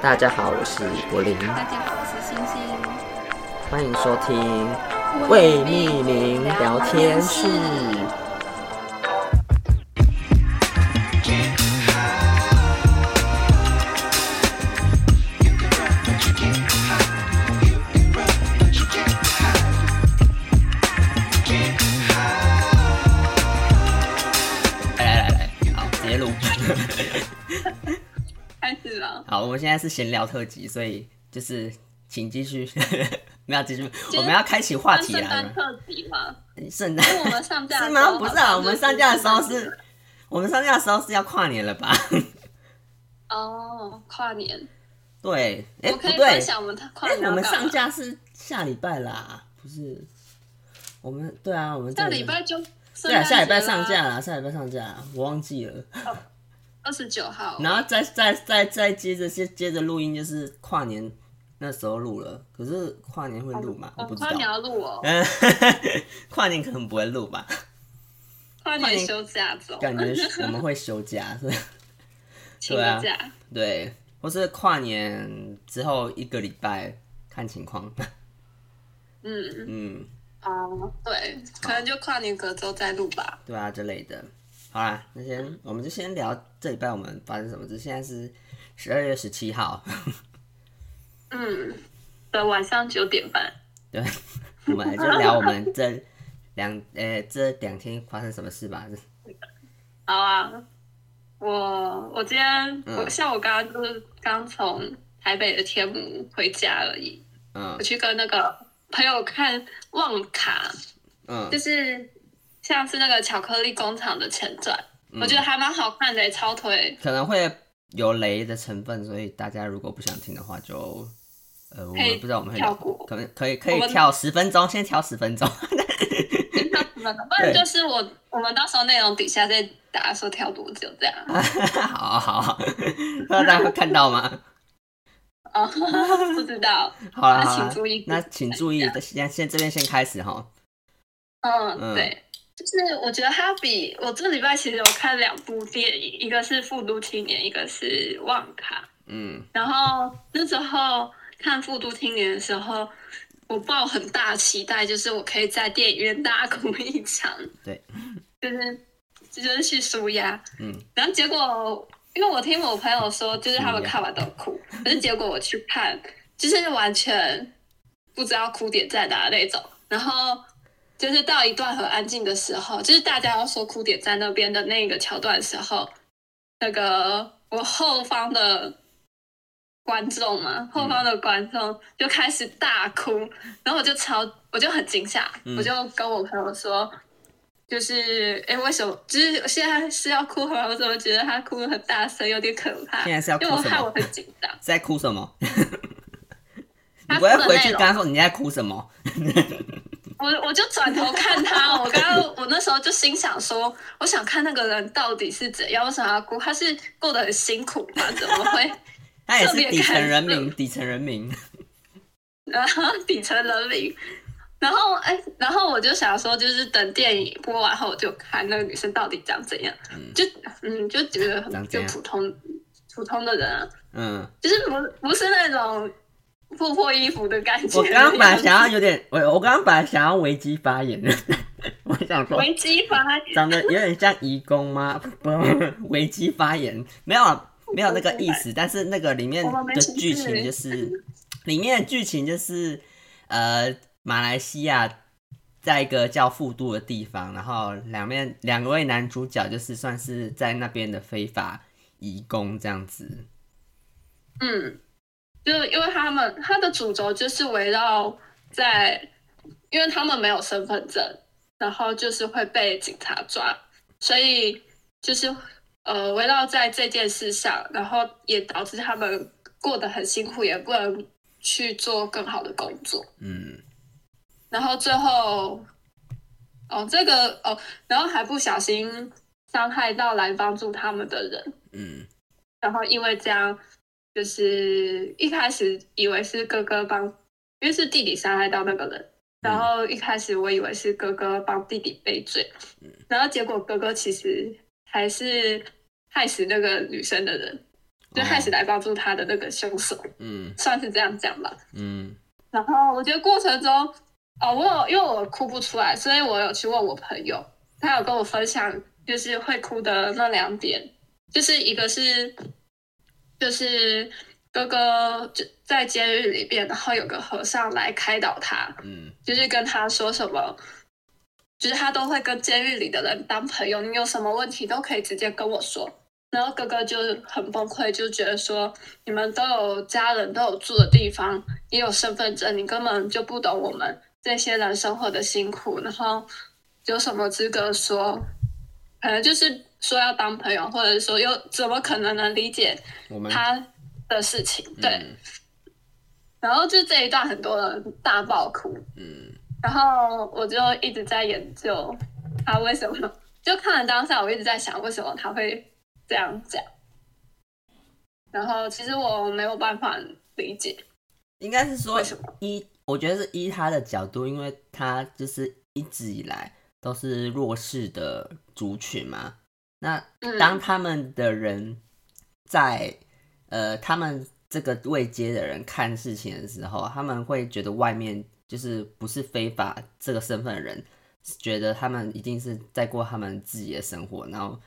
大家好，我是柏林，大家好，我是星星。欢迎收听未命名聊天室。来来来来，哎好，直接录。开始了，好，我们现在是闲聊特辑，所以就是请继续， 没有继续，是我们要开启话题算圣诞啦。特 辑嘛，圣诞因为我们上架 的是时候吗？不是啊，好像我们上架的时候就是圣是诞，我们上架的时候是要跨年了吧？ 哦，跨年。对，哎、我不可以对分，享我们跨哎、年要我们干嘛上架是下礼拜啦，不是？我们对啊，我们这下里礼拜就对啊，下礼拜上架啦，下礼拜上架啦，我忘记了。二十九号，然后再再再再接着接接着录音，就是跨年那时候录了，可是跨年会录吗？我我不知跨年道。要录哦，嗯，跨年可能不会录吧，跨跨年年休假走，感觉我们会休假，所以请对啊假，对，或是跨年之后一个礼拜看情况。嗯，嗯，哦，对，可能就跨年隔周再录吧。对啊之类的。好啦，那先我们就先聊这礼拜我们发生什么事。现在是十二月十七号，嗯，对，晚上九点半。对，我们来就聊我们这两呃这两天发生什么事吧。好啊，我我今天、嗯我像我刚刚就是刚从台北的天母回家而已，嗯我去跟那个朋友看旺卡，嗯就，是像是那个巧克力工厂的前传，嗯我觉得还蛮好看的、超推，可能会有雷的成分，所以大家如果不想听的话就，呃，我可以们不知道我们会跳聊过可能可以可我以们跳十分钟，先跳十分钟。 不然就是我我们到时候内容底下再打说跳多久这样。 好好好，大家会看到 吗？哦，不知道，好啦那好请啦，注意。那请注意，先先这边先开始哈。嗯，嗯对，就是我觉得它比我这礼拜其实有看两部电影，一个是《复读青年》，一个是《旺卡》。嗯然后那时候看《复读青年》的时候，我抱很大期待，就是我可以在电影院大哭一场。对， 就是就是去舒压。嗯然后结果，因为我听我朋友说，就是他们舒压看完都哭，可是结果我去看，就是完全不知道哭点在哪那种。然后就是到一段很安静的时候，就是大家要说哭点在那边的那个桥段的时候，那个我后方的。观众嘛，后方的观众就开始大哭，然后我就超，我就很惊吓，嗯我就跟我朋友说，就是哎、诶为什么？就是现在是要哭吗？我怎么觉得他哭得很大声，有点可怕？现在是要哭因为我什么害我很紧张。是在哭什么？ 你不会回去他哭的内容跟他说你在哭什么？我我就转头看他，哦我刚刚我那时候就心想说，我想看那个人到底是怎样，为什么要哭？他是过得很辛苦吗？怎么会？他也特别是底层人感民，底层人民。然后底层人民。然后哎、然后我就想说，就是等电影播完后，我就看那个女生到底长怎样，嗯就嗯就觉得长很怎就样普通普通的人、啊， 嗯，就是不不是那种破破衣服的感觉。我刚刚本来想要有点，我我刚刚本来想要危机发言， 我想说危机啊发言，长得有点像移工吗？ 不，危机发言没有啊没有那个意思，但是那个里面我们没的情剧绪情就是，里面的剧情就是，呃，马来西亚在一个叫富都的地方，然后两面两位男主角就是算是在那边的非法移工这样子，嗯，就是因为他们他的主轴就是围绕在，嗯因为他们没有身份证，然后就是会被警察抓，所以就是呃围绕在这件事上，然后也导致他们过得很辛苦，也不能去做更好的工作。嗯然后最后，哦，这个哦，然后还不小心伤害到来帮助他们的人，嗯然后因为这样，就是一开始以为是哥哥帮，因为是弟弟伤害到那个人，然后一开始我以为是哥哥帮弟弟背罪，然后结果哥哥其实还是害死那个女生的人，哦就害死来帮助他的那个凶手，嗯算是这样讲吧。嗯然后我觉得过程中，哦，我有因为我哭不出来，所以我有去问我朋友，他有跟我分享，就是会哭的那两点，就是一个是，就是哥哥就在监狱里边，然后有个和尚来开导他，嗯就是跟他说什么，就是他都会跟监狱里的人当朋友，你有什么问题都可以直接跟我说。然后哥哥就很崩溃，就觉得说你们都有家人，都有住的地方，也有身份证，你根本就不懂我们这些人生活的辛苦，然后有什么资格说？可能就是说要当朋友，或者说又怎么可能能理解我们他的事情？对，嗯然后就这一段很多人大爆哭，嗯然后我就一直在研究他为什么，就看了当下，我一直在想为什么他会这样讲。然后其实我没有办法理解应该是说为什么，依，我觉得是依他的角度，因为他就是一直以来都是弱势的族群嘛。那嗯，当他们的人在呃他们这个未接的人看事情的时候，他们会觉得外面就是不是非法这个身份的人，觉得他们一定是在过他们自己的生活，然后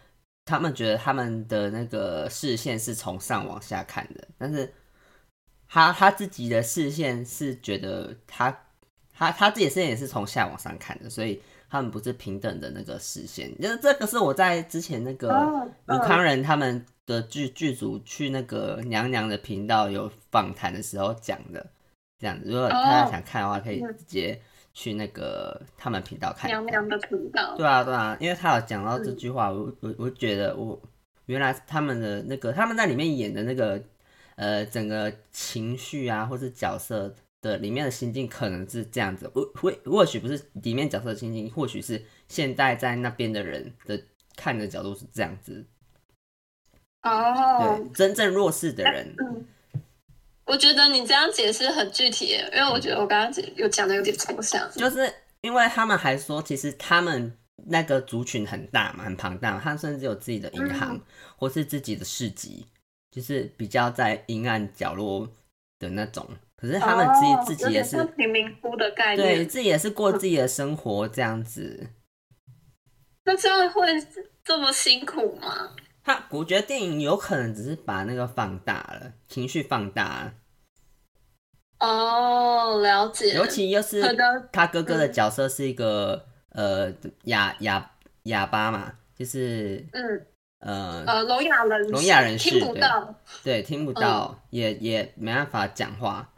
他们觉得他们的那个视线是从上往下看的，但是他他自己的视线是觉得他他他自己的视线也是从下往上看的，所以他们不是平等的那个视线。就是这个是我在之前那个哦吴康仁他们的剧剧组去那个娘娘的频道有访谈的时候讲的，这样子。如果大家想看的话，可以直接去那个他们频道看一看。娘娘的频道，对啊，对啊，因为他有讲到这句话，我我我觉得我原来他们的那个他们在里面演的那个呃整个情绪啊，或是角色的里面的心境可能是这样子，或或或许不是里面角色的心境，或许是现在在那边的人的看的角度是这样子。哦，嗯对，真正弱势的人，我觉得你这样解释很具体耶，因为我觉得我刚刚解有讲的有点抽象，就是因为他们还说，其实他们那个族群很大嘛，很庞大嘛，他们甚至有自己的嗯银行、或是自己的市集，就是比较在阴暗角落的那种。可是他们自己、哦自己也是有点像贫嗯民窟的概对念，自己也是过自己的生活这样子。那这样会这么辛苦吗？他我觉得电影有可能只是把那个放大了，情绪放大了，哦，了解，尤其又是可能他哥哥的嗯角色是一个、呃哑哑哑巴嘛，就是嗯。呃呃，嗯聋哑人士聋哑人士听不到，对，听不到，也也没办法讲话。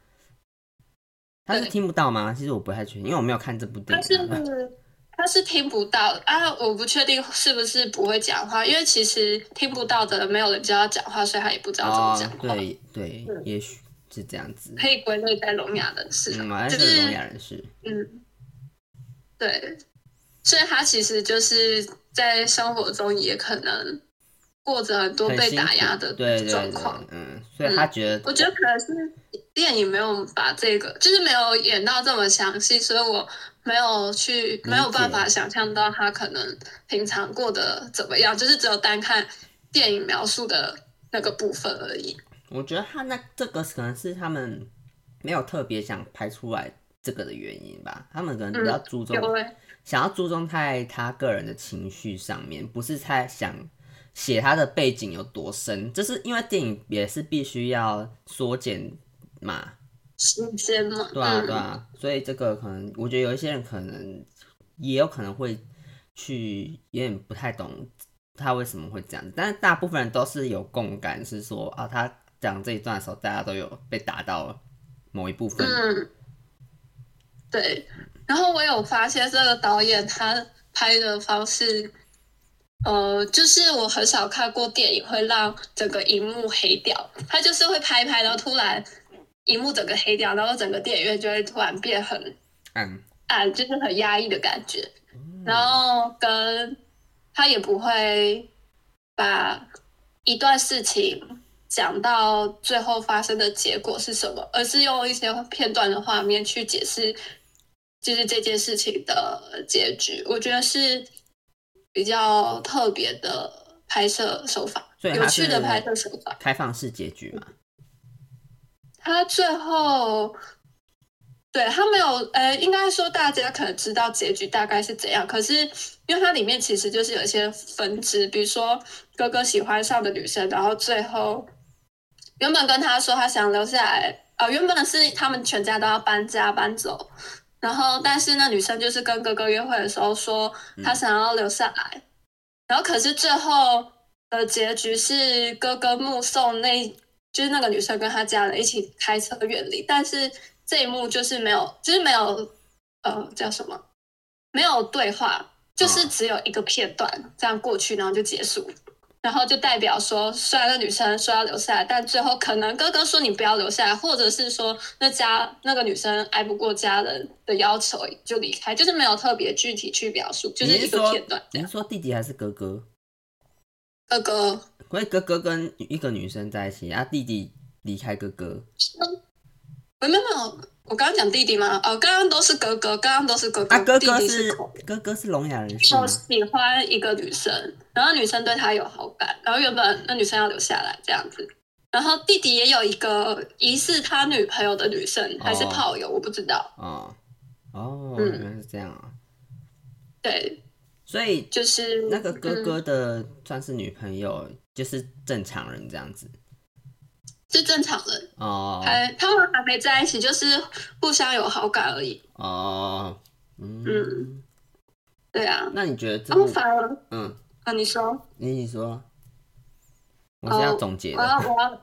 他是对听不到吗？其实我不太确定，因为我没有看这部电他影啊。是他是听不到啊，我不确定是不是不会讲话，因为其实听不到的人没有人教他讲话，所以他也不知道怎么哦讲，话，嗯对对，也许是这样子。可以归类在聋哑人士嗯，啊，好像就是聋是哑人士。嗯，对，所以他其实就是在生活中也可能过着很多很被辛苦打压的对对状对况。，嗯，所以他觉得，我觉得可能是电影没有把这个，就是没有演到这么详细，所以我没有去解没有办法想象到他可能平常过得怎么样，就是只有单看电影描述的那个部分而已。我觉得他那这个可能是他们没有特别想拍出来这个的原因吧。他们可能比较注重因为想要注重在他个人的情绪上面，不是太想写他的背景有多深，就是因为电影也是必须要缩减嘛，时间嘛，对啊嗯对啊，所以这个可能我觉得有一些人可能也有可能会去有点不太懂他为什么会这样子，但是大部分人都是有共感，是说啊他讲这一段的时候，大家都有被打到某一部分，嗯，对。然后我有发现这个导演他拍的方式，呃，就是我很少看过电影会让整个荧幕黑掉，他就是会拍一拍，然后突然荧幕整个黑掉，然后整个电影院就会突然变很嗯暗，就是很压抑的感觉。嗯然后跟他也不会把一段事情讲到最后发生的结果是什么，而是用一些片段的画面去解释，就是这件事情的结局。我觉得是比较特别的拍摄手法。所以有它趣的是拍摄手法。开放式结局嘛，他最后，对他没有，呃，应该说大家可能知道结局大概是怎样，可是因为它里面其实就是有一些分支，比如说哥哥喜欢上的女生，然后最后原本跟他说他想留下来，呃，原本是他们全家都要搬家搬走，然后但是那女生就是跟哥哥约会的时候说她想要留下来，然后可是最后的结局是哥哥目送那，就是那个女生跟她家人一起开车远离，但是这一幕就是没有，就是没有，呃，叫什么？没有对话，就是只有一个片段这样过去，然后就结束。然后就代表说，虽然那女生说要留下来，但最后可能哥哥说你不要留下来，或者是说那家那个女生挨不过家人的要求就离开，就是没有特别具体去描述，就是你一是个说片段这你样。是说弟弟还是哥哥？哥哥，因为哥哥跟一个女生在一起，啊，弟弟离开哥哥，没有没有，我刚刚讲弟弟嘛，哦，刚刚都是哥哥，刚刚都是哦哥哥，啊，哥哦弟哥弟是口哥哥是聋哑人士吗我？喜欢一个女生，然后女生对他有好感，然后原本那女生要留下来这样子，然后弟弟也有一个疑似他女朋友的女生，还是哦炮友，我不知道。哦哦，嗯原来是这样啊，对，所以就是那个哥嗯哥的算是女朋友，就是正常人这样子是正常人，哦还他们还没在一起，就是互相有好感而已。哦，嗯嗯，对啊，那你觉得这他们部反而嗯，啊，你说你你说，我是要哦总结我要的我要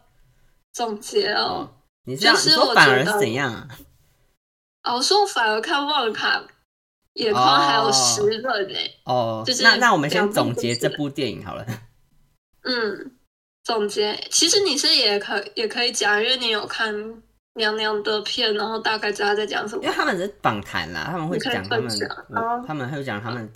总结哦。哦，你是要你就是说我反觉而是得怎样啊？哦，我说我反而看旺卡眼眶还有湿润诶、哦就，是那那我们先两总部结都这是部电影好了。嗯，总结，其实你是也可也可以讲，因为你有看娘娘的片，然后大概知道她在讲什因为么。他们是访谈啦，他们会讲他你可们以分享，我哦他们会讲他们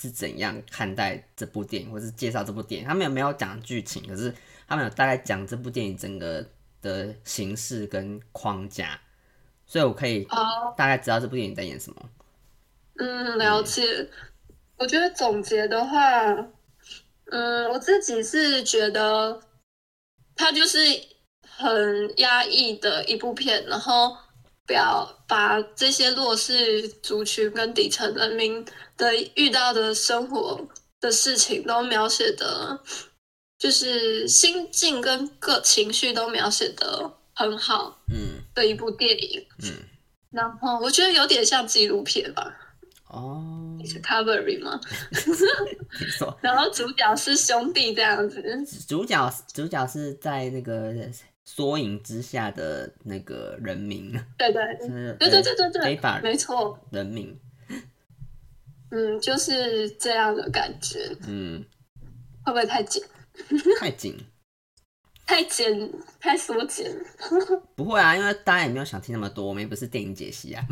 是怎样看待这部电影，或是介绍这部电影。他们有没有讲剧情？可是他们有大概讲这部电影整个的形式跟框架，所以我可以哦，大概知道这部电影在演什么。嗯，了解。我觉得总结的话，嗯，我自己是觉得它就是很压抑的一部片，然后不要把这些弱势族群跟底层人民的遇到的生活的事情都描写的，就是心境跟个情绪都描写的很好嗯的一部电影。嗯，然后我觉得有点像纪录片吧哦， ，Discovery 嘛。你说然后主角是兄弟这样子，主角主角是在那个缩影之下的那个人民，对对 是嗯对对对对非对，法没错，人民，嗯，就是这样的感觉，嗯，会不会太简太紧。太简太缩减？不会啊，因为大家也没有想听那么多，我们也不是电影解析 啊。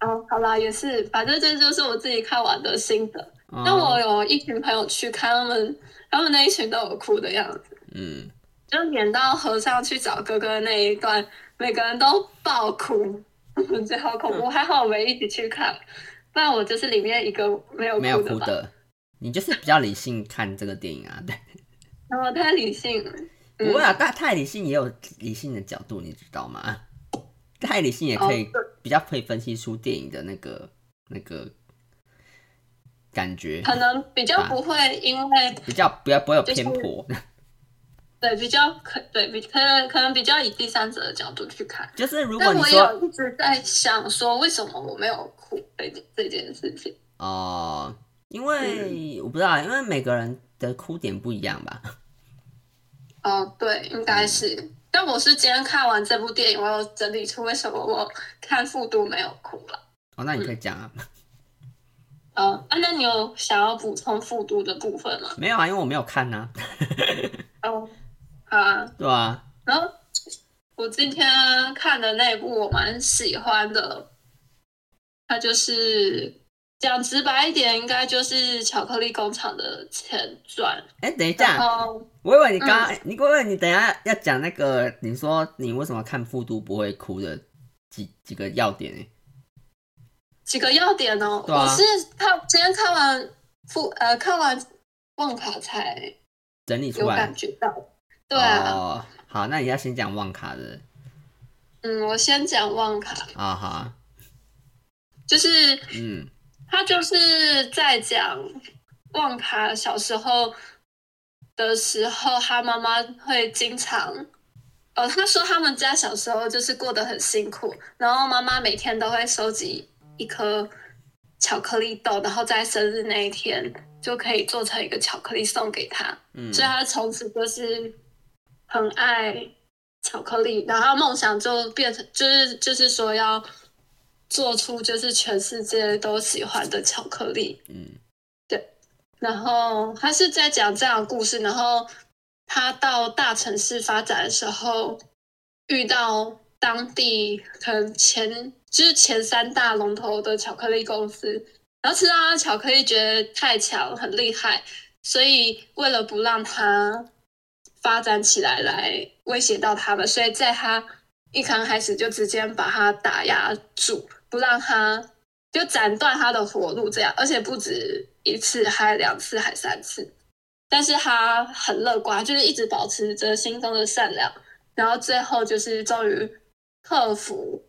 哦，好啦，也是，反正这就是我自己看完的心得。那但我有一群朋友去看，他们他们那一群都有哭的样子，嗯，就演到和尚去找哥哥的那一段，每个人都爆哭， 这好恐嗯怖。还好我们一起去看，不然我就是里面一个没有没有哭的哭吧。的，你就是比较理性看这个电影啊。对，然后太理性了，嗯不会啊，但太理性也有理性的角度，你知道吗？太理性也可以、哦对比较可以分析出电影的那个那个感觉，可能比较不会因为比较不要不会有就是偏颇， 对比较可对比可能可能比较以第三者的角度去看。就是如果但你我也说有一直在想说，为什么我没有哭这件这件事情？哦、因嗯为我不知道，因为每个人的哭点不一样吧。哦，对，应该是。但我是今天看完这部电影，我有整理出为什么我看复读没有哭了。哦，那你可以讲啊， 嗯、啊，那你有想要补充复读的部分吗？没有啊，因为我没有看呐、啊，哦，好啊。对啊，然后我今天看的那一部我蛮喜欢的，它就是讲直白一点，应该就是《巧克力工厂》的前传。哎、等一下然，后我以为你刚刚，嗯你我以为你等一下要讲那个，你说你为什么看复读不会哭的几几个要点呢？几个要点哦，对啊我是看今天看完复呃看完旺卡才整理出有来感。觉到。对啊，哦，好，那你要先讲旺卡的嗯，我先讲旺卡，啊、好啊，就是嗯他就是在讲旺卡小时候的时候，他妈妈会经常，哦，他说他们家小时候就是过得很辛苦，然后妈妈每天都会收集一颗巧克力豆，然后在生日那一天就可以做成一个巧克力送给他，嗯所以他从此就是很爱巧克力，然后梦想就变成就是就是说要做出就是全世界都喜欢的巧克力。嗯然后他是在讲这样的故事，然后他到大城市发展的时候，遇到当地可能前就是前三大龙头的巧克力公司，然后吃到他的巧克力觉得太强很厉害，所以为了不让它发展起来来威胁到他们，所以在他一刚开始就直接把它打压住，不让它就斩断它的活路，这样，而且不止一次，还两次，还三次。但是他很乐观，就是一直保持着心中的善良，然后最后就是终于克服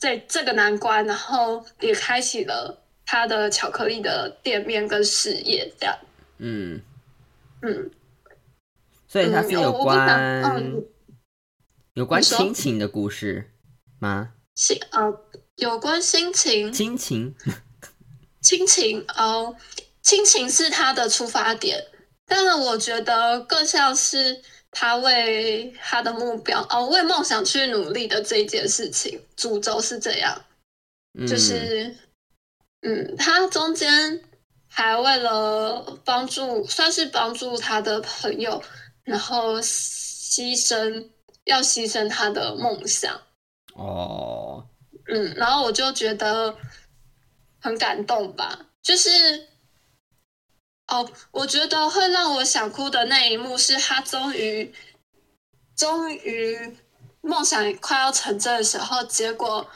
这这个难关，然后也开启了他的巧克力的店面跟事业，这样，嗯，嗯。所以它是嗯有我我不想关、嗯有关你说亲情的故事吗？心呃，有关心情，亲情， 亲情哦，亲情是他的出发点，但是我觉得更像是他为他的目标哦，为梦想去努力的这一件事情，主轴是这样，嗯、就是，嗯，他中间还为了帮助，算是帮助他的朋友，然后牺牲，要牺牲他的梦想。哦，嗯，然后我就觉得很感动吧，就是哦，我觉得会让我想哭的那一幕是他终于终于梦想快要成真的时候，结果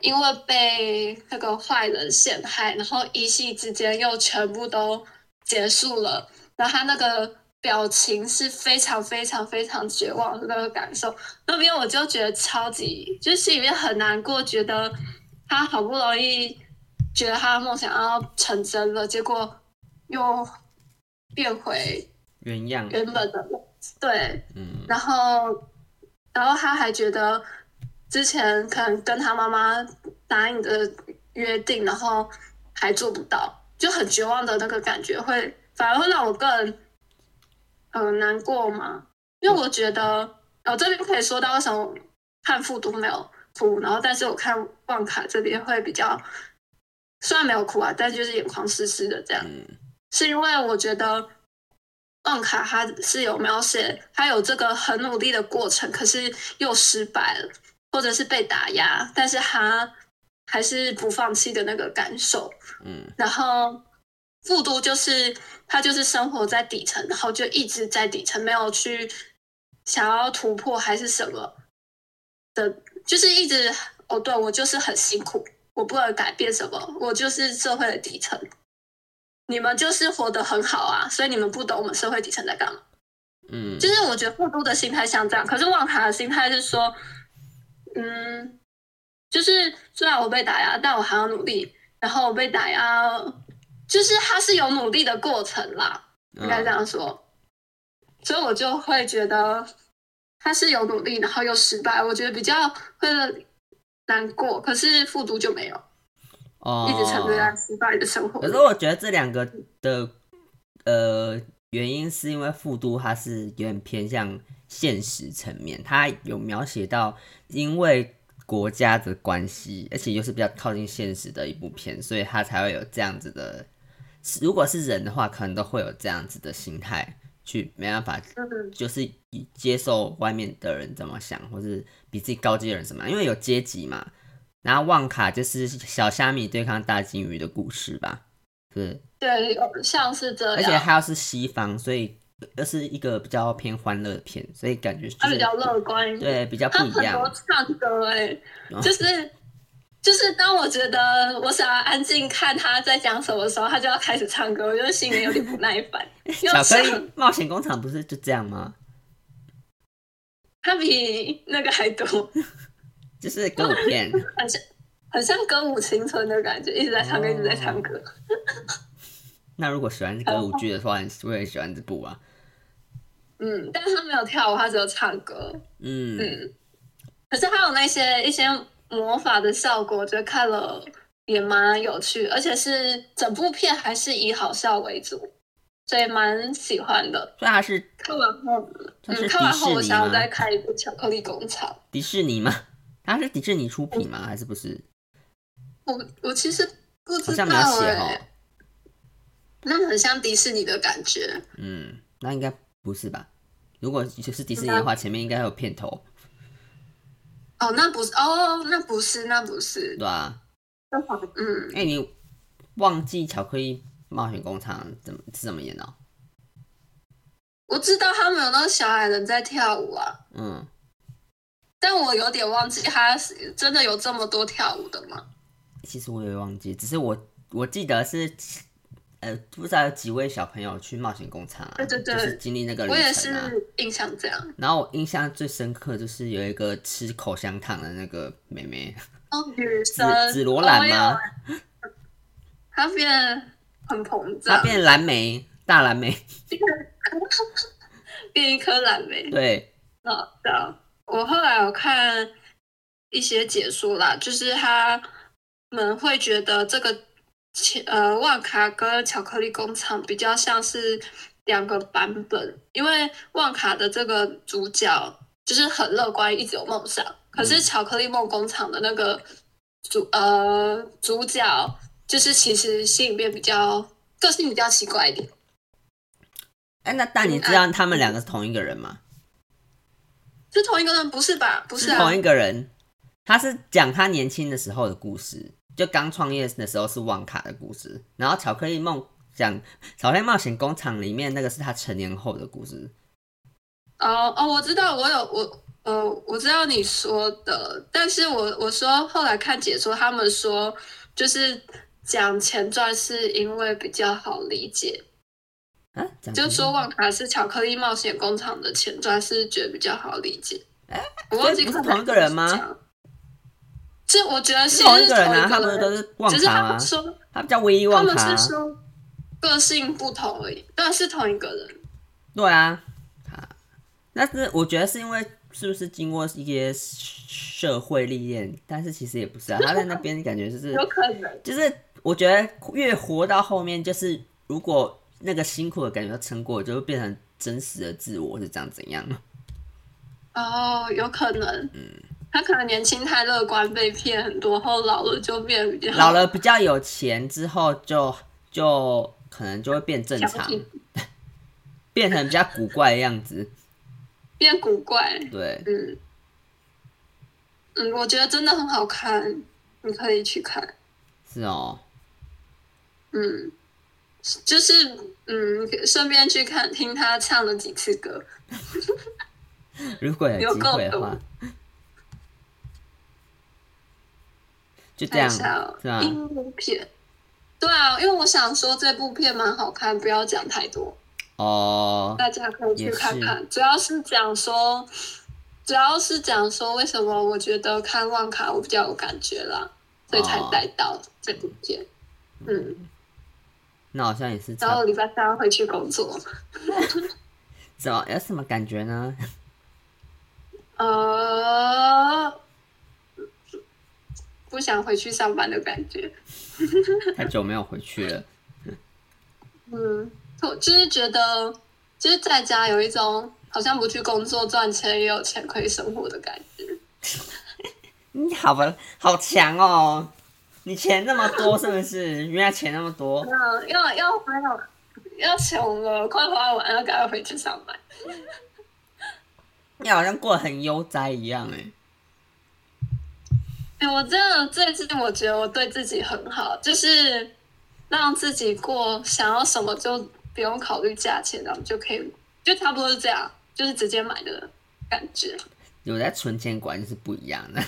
因为被那个坏人陷害，然后一夕之间又全部都结束了，然后他那个。表情是非常非常非常绝望的那个感受，那边我就觉得超级，就是心里面很难过，觉得他好不容易觉得他的梦想要成真了，结果又变回原样，原本的样子。对，嗯然后，然后他还觉得之前可能跟他妈妈答应的约定，然后还做不到，就很绝望的那个感觉会，反而会让我更呃难过嘛。因为我觉得，哦，这边可以说到为什么看复读没有哭，然后但是我看旺卡这边会比较，虽然没有哭啊，但就是眼眶湿湿的这样。嗯是因为我觉得旺卡他是有描写他有这个很努力的过程，可是又失败了，或者是被打压，但是他还是不放弃的那个感受。嗯然后复读就是他就是生活在底层，然后就一直在底层，没有去想要突破还是什么的，就是一直哦，对我就是很辛苦，我不能改变什么，我就是社会的底层。你们就是活得很好啊，所以你们不懂我们社会底层在干嘛。嗯，就是我觉得复读的心态像这样，可是旺卡的心态是说，嗯，就是虽然我被打压，但我还要努力。然后我被打压，就是他是有努力的过程啦，嗯应该这样说。所以我就会觉得他是有努力，然后又失败，我觉得比较会难过。可是复读就没有，哦，一直沉醉在失败的生活可里是。我觉得这两个的呃原因，是因为复都它是有点偏向现实层面，它有描写到因为国家的关系，而且又是比较靠近现实的一部片，所以它才会有这样子的。如果是人的话，可能都会有这样子的心态，去没办法嗯就是接受外面的人怎么想，或是比自己高级的人怎么样，因为有阶级嘛。然后旺卡就是小虾米对抗大金鱼的故事吧，是不是，对，啊有像是这而且样，它又是西方，所以又是一个比较偏欢乐的片，所以感觉就他是比较乐观一点。对比较他不很一样多。唱歌哎、哦就是就是当我觉得我想要安静看他在讲什么的时候，他就要开始唱歌，我就心里有点不耐烦。因为巧我克想力冒险工厂不是就这样吗？他比那个还多，就是歌舞片， 很像很像歌舞青春的感觉，一直在唱歌，一直在唱歌。那如果喜欢歌舞剧的话，我也喜欢这部啊。嗯，但是他没有跳舞，他只有唱歌。嗯，嗯，可是还有那些一些魔法的效果，我觉得看了也蛮有趣，而且是整部片还是以好笑为主，所以蛮喜欢的。所以它是看完后，它嗯，是看完迪后我士尼想要吗？再看一部《巧克力工厂》迪士尼吗？它是迪士尼出品吗？还是不是？我。我其实不好知像道没有写哎、哦。那很像迪士尼的感觉。嗯，那应该不是吧？如果就是迪士尼的话，前面应该有片头，哦，那不是哦，那不是，那不是对。吧、啊？嗯，哎、你忘记《巧克力冒险工厂》怎么是怎么演哦？我知道他们有那个小矮人在跳舞啊，嗯，但我有点忘记他是真的有这么多跳舞的吗？其实我也忘记，只是我我记得是，呃，不知道有几位小朋友去冒险工厂啊，对对对就是经历那个旅我也程啊。是印象这样。然后我印象最深刻就是有一个吃口香糖的那个妹妹，哦，女紫生紫罗哦兰吗？？她变很膨她胀，变蓝莓，大蓝莓，变一颗蓝莓。对，哦，对啊。我后来有看一些解说啦，就是他们会觉得这个切呃万卡跟巧克力工厂比较像是两个版本，因为万卡的这个主角就是很乐观，一直有梦想，可嗯是巧克力梦工厂的那个主呃主角就是其实心里面比较个性比较奇怪一点。哎、那但你知啊道他们两嗯个是同一个人吗？是同一个人不是吧？不是啊，同一个人，他是讲他年轻的时候的故事，就刚创业的时候是旺卡的故事，然后巧克力梦讲《巧克力冒险工厂》里面那个是他成年后的故事。哦哦，我知道，我有我呃，我知道你说的，但是我我说后来看解说，他们说就是讲前传是因为比较好理解，啊，讲就什说么旺卡是巧克力冒险工厂的前传是觉得比较好理解。哎我忘记所以不是看哪同一个人吗是这样？是，我觉得是是同一是个人啊，同他不是都人是旺只是卡他吗们？说他叫唯一他旺们卡啊、是说个性不同而已，但是同一个人。对啊，啊，那是我觉得是因为是不是经过一些社会历练，但是其实也不是啊，他在那边感觉就是有可能，就是我觉得越活到后面，就是如果那个辛苦的感觉到成果，就会变成真实的自我是长怎 样？哦，有可能，嗯，他可能年轻太乐观被骗很多，后老了就变比较老了比较有钱之后就，就可能就会变正矫常，情变成比较古怪的样子。变古怪，对，嗯嗯，我觉得真的很好看，你可以去看，是哦，嗯，就是嗯，顺便去看听他唱了几次歌，如果有机会的有够话懂，就这看一样，下哦是吧？英文片，对啊，因为我想说这部片蛮好看，不要讲太多。哦，大家可以也去是看看。主要是讲说，主要是讲说为什么我觉得看万卡我比较有感觉啦，所以才带到这部片。啊嗯，那好像也是然差后礼拜三要回去工作。怎么哦有什么感觉呢？呃，不想回去上班的感觉。太久没有回去了，嗯，我就是觉得，就是在家有一种好像不去工作赚钱也有钱可以生活的感觉。你好吧，好强哦！你钱那么多是不是？原来钱那么多，嗯，要要还有要穷了，快花完了，赶快回去上班。你好像过得很悠哉一样哎。哎、我真的最近我觉得我对自己很好，就是让自己过想要什么就不用考虑价钱，然后就可以，就差不多是这样，就是直接买的感觉。 有在存钱，果然就是不一样的。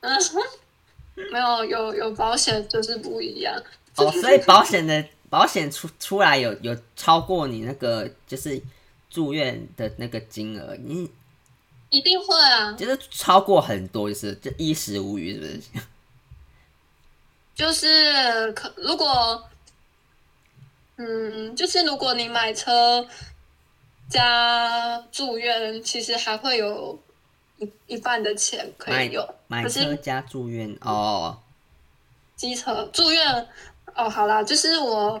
嗯，没有有有保险就是不一样。哦，所以保险的保险出出来有有超过你那个就是住院的那个金额，你一定会啊，就是超过很多，就是就衣食无余，是不是？就是可如果，嗯，就是如果你买车加住院，其实还会有一一半的钱可买以用。买可车是加住院哦，机车住院，哦，好啦，就是我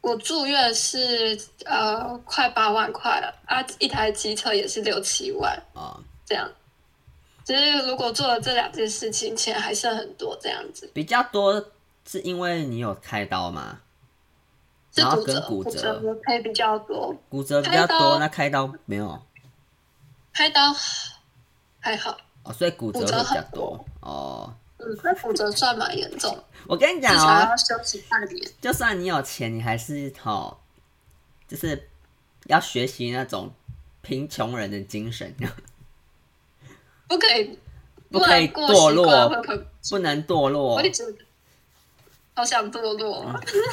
我住院是呃快八万块了啊，一台机车也是六七万哦，这样。就是如果做了这两件事情，钱还剩很多这样子，比较多是因为你有开刀嘛，是然后骨跟折，骨骨折折赔比较多。骨折比较开多，刀那开刀没有开刀还好，哦，所以骨折骨会折比较很多哦。嗯，那骨折算蛮严 重，我跟你至讲少哦要，休息半年。就算你有钱，你还是哦，就是要学习那种贫穷人的精神， 不可以，不可然以过堕习惯落哦会很不能堕落我。一直好想堕落，哦嗯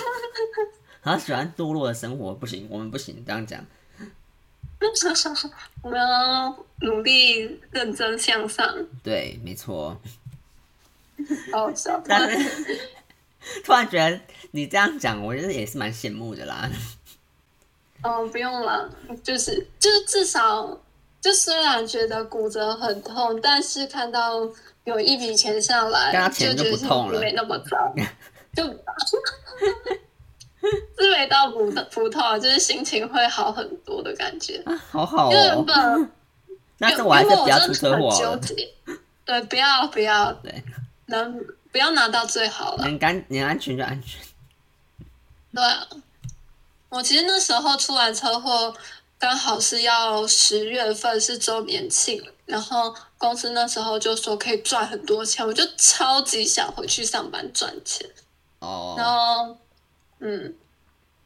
好喜欢堕落的生活，不行，我们不行，这样讲。 我们要努力认真向上。对，没错。好笑，但是 突然觉得你这样讲，我觉得也是蛮羡慕的啦。嗯，不用了，就是就是至少，就虽然觉得骨折很痛，但是看到有一笔钱下但他来，钱就觉得不痛了没那么糟，就 是没到不不痛，就是心情会好很多的感觉。啊，好好因为 原哦。本，但因是为我还是不要出真的车很祸好纠了。结。对，不要不要，对，能不要拿到最好了。能干，能安全就安全。对啊，我其实那时候出完车祸，刚好是要十月份是周年庆，然后公司那时候就说可以赚很多钱，我就超级想回去上班赚钱，然哦，后嗯，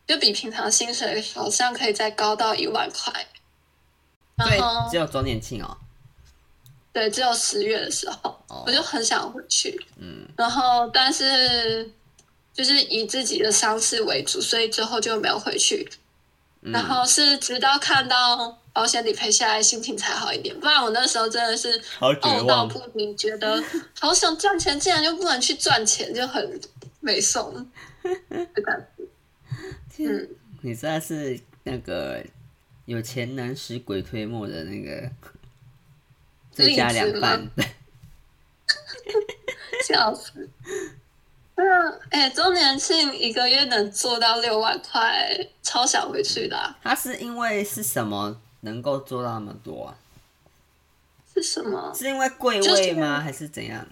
就比平常薪水好像可以再高到一万块，然所以后只有周年庆哦。对，只有十月的时候，哦我就很想回去，嗯，然后但是就是以自己的伤势为主，所以最后就没有回去。嗯然后是直到看到保险理赔下来，心情才好一点。不然我那时候真的是好懊到不明，觉得好想赚钱，竟然就不能去赚钱，就很没送。就感嗯天，你真的是那个有钱能使鬼推磨的那 个最佳例子良伴 吗。笑死。那哎，周年庆一个月能做到六万块，超想回去的啊、他是因为是什么能够做到那么多啊？是什么？是因为贵位吗？还是怎样？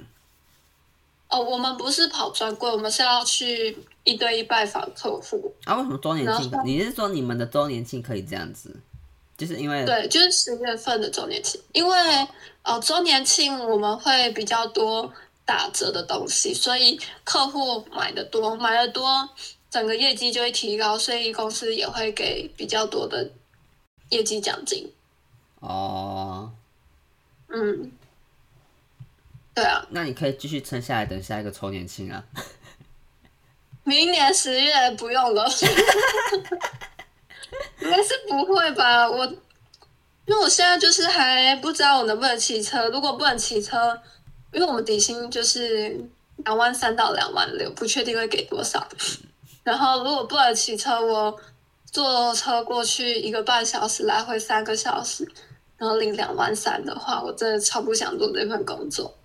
哦，我们不是跑专柜，我们是要去一对一拜访客户。啊，为什么周年庆然？后你是说你们的周年庆可以这样子？就是因为对，就是十月份的周年庆，因为呃周年庆我们会比较多打折的东西，所以客户买的多，买的多，整个业绩就会提高，所以公司也会给比较多的业绩奖金。哦，嗯，对啊，那你可以继续撑下来，等下一个周年庆啊。明年十月不用了， 应该是不会吧？我因为我现在就是还不知道我能不能骑车，如果不能骑车，因为我们底薪就是两万三到两万六，不确定会给多少。 然后如果不能骑车，我坐车过去一个半小时，来回三个小时，然后领两万三的话，我真的超不想做这份工作。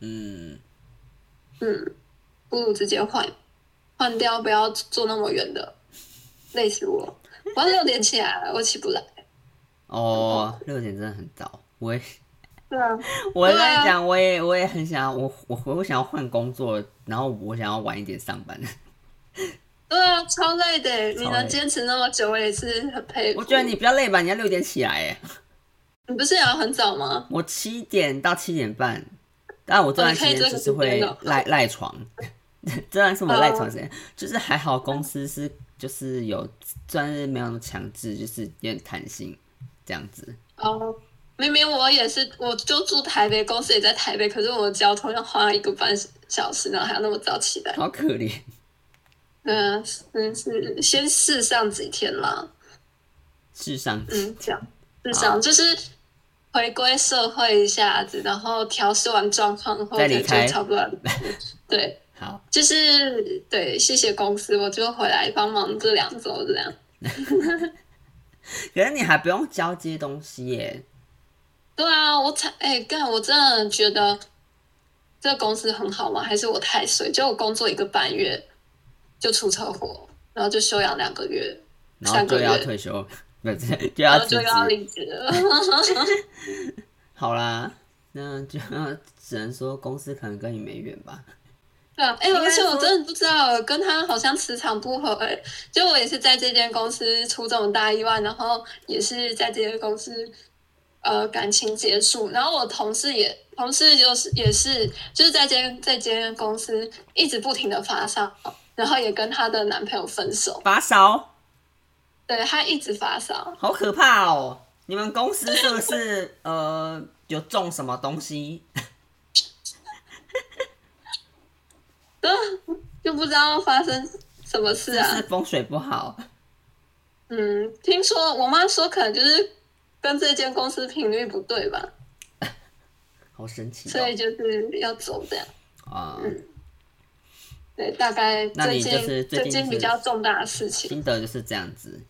嗯，嗯，不如直接换，换掉，不要坐那么远的，累死我！我要六点起来了，我起不来。哦，嗯六点真的很早。我也，对啊，我跟对啊你讲，我也，我也很想要，我我我想要换工作，然后我想要晚一点上班。 对啊，超累的。超你累能坚持那么久，我也是很佩服。我觉得你比较累吧，你要六点起来耶。你不是也要很早吗？我七点到七点半，但我这段时间就是会哦你赖赖床， 这段是我赖床时间，就是还好公司是就是有，虽然是没有那么强制，就是有点弹性这样子。哦，明明我也是，我就住台北，公司也在台北，可是我交通要花一个半小时，然后还要那么早起来。好可怜。嗯嗯是，先试上几天啦。世上嗯，这样试上就是回归社会一下子，然后调试完状况后，再离就开差不 多了。对，好，就是对，谢谢公司，我就回来帮忙这两周这样。可是你还不用交接东西耶。对啊，我才哎干，我真的觉得这个公司很好玩，还是我太衰？就我工作一个半月就出车祸，然后就休养两个月，然后三就个要月退休，不是就然要后辞就要职。离职了。好啦，那就只能说公司可能跟你没缘吧。对啊，哎、应该而且我说真的不知道，跟他好像磁场不合、哎，就我也是在这间公司出这种大意外，然后也是在这间公司，呃，感情结束。然后我同事也，同事就是也是，就是在这间这间公司一直不停的发烧，然后也跟她的男朋友分手。发烧，对她一直发烧，好可怕哦！你们公司是不 是呃有种什么东西？就不知道发生什么是事不是啊。风水不好？嗯，听说我妈说可能就是跟这间公司频率不对吧，好神奇所以就是要走这样。哦！啊、对，大概那最你近就是最最近近是比较重大的事情。心得就是这样子。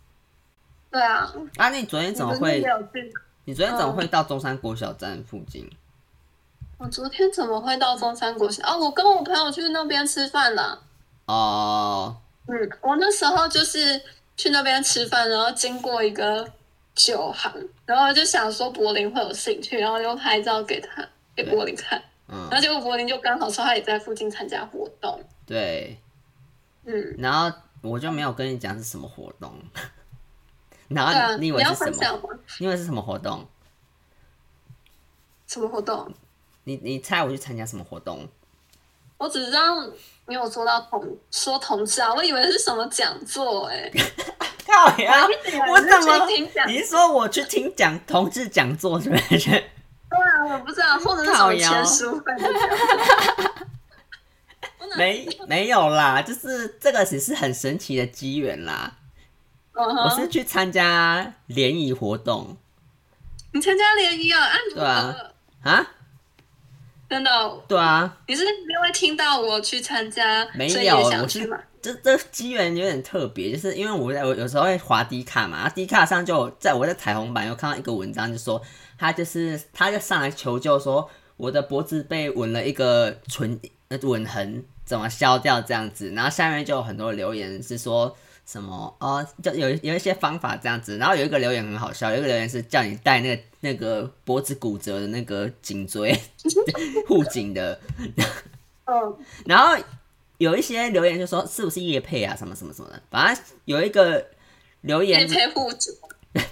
对啊，啊，你昨天怎么你不是会没？有去？你昨天怎么会到中山国小站附近？我昨天怎么会到中山国小？哦，我跟我朋友去那边吃饭了。哦，嗯，我那时候就是去那边吃饭，然后经过一个酒行，然后就想说柏林会有兴趣，然后就拍照给他给柏林看，嗯然，后结果柏林就刚好说他也在附近参加活动。对，嗯，然后我就没有跟你讲是什么活 动，然对后你啊，你你以为要是什分么？享吗？你以为是什么活动？什么活动？你你猜我去参加什么活动？我只知道你有说到同说同志啊，我以为是什么讲座哎、靠 呀！啊我我怎么听讲？？你是说我去听讲同志讲座是不是？对啊，我不知道，或者是什么签书会的讲座嗯我哪没没有啦，就是这个只是很神奇的机缘啦。嗯我哼是去参加联谊活动你参加联谊啊？啊，你对啊啊，真的哦，对啊，你是因为听到我去参加，没所以有，也我想去是嘛？这这机缘有点特别，就是因为我在我有时候会滑低卡嘛，低卡上就有在我在彩虹版有看到一个文章，就说他就是他就上来求救说我的脖子被吻了一个唇呃吻痕，怎么消掉这样子，然后下面就有很多留言是说。什么哦，就有有一些方法这样子，然后有一个留言很好笑，有一个留言是叫你戴那个那个脖子骨折的那个颈椎 护颈的，嗯，然后有一些留言就说是不是叶配啊，什么什么什么的，反正有一个留也言，陪护主，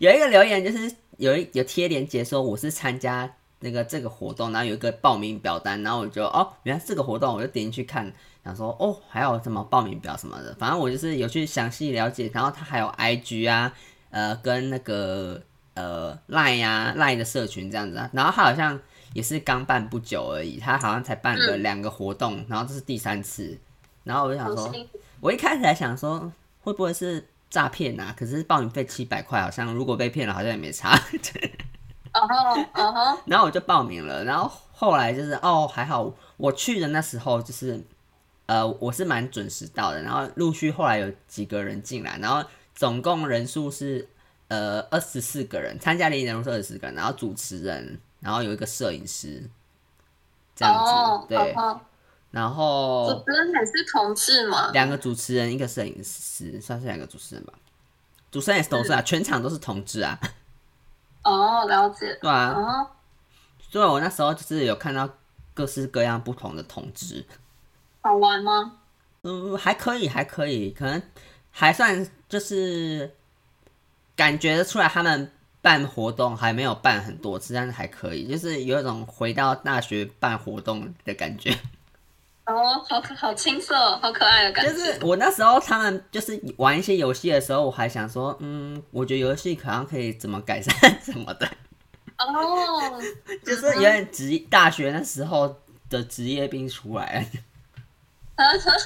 有一个留言就是有一有贴链接说我是参加那个这个活动，然后有一个报名表单，然后我就哦，原来是这个活动，我就点进去看，想说哦，还有什么报名表什么的，反正我就是有去详细了解，然后他还有 IG 啊，呃，跟那个呃 Line 啊 Line 的社群这样子啊，然后他好像也是刚办不久而已，他好像才办了两个活动，然后这是第三次，然后我就想说好。幸运我一开始还想说会不会是诈骗啊，可是报名费七百块，好像如果被骗了好像也没差。 哦吼哦吼，然后我就报名了，然后后来就是哦还好我去的那时候就是呃我是蛮准时到的，然后陆续后来有几个人进来，然后总共人数是呃二十四个人，参加联谊人数二十四个人，然后主持人，然后有一个摄影师。 这样子哦对，哦哦然吼，后主持人也是同志嘛？两个主持人，一个摄影师，算是两个主持人吧。主持人也是同志啊，全场都是同志啊，哦，了解，对啊。哦，所以我那时候就是有看到各式各样不同的同志，好玩吗？嗯，还可以，还可以，可能还算就是感觉得出来他们办活动还没有办很多次，但是还可以，就是有一种回到大学办活动的感觉。 哦，好可好青涩，好可爱的感就觉，是我那时候他们就是玩一些游戏的时候，我还想说，嗯，我觉得游戏好像可以怎么改善 什么的。哦哦， 就是有点职大学那时候的职业病出来了。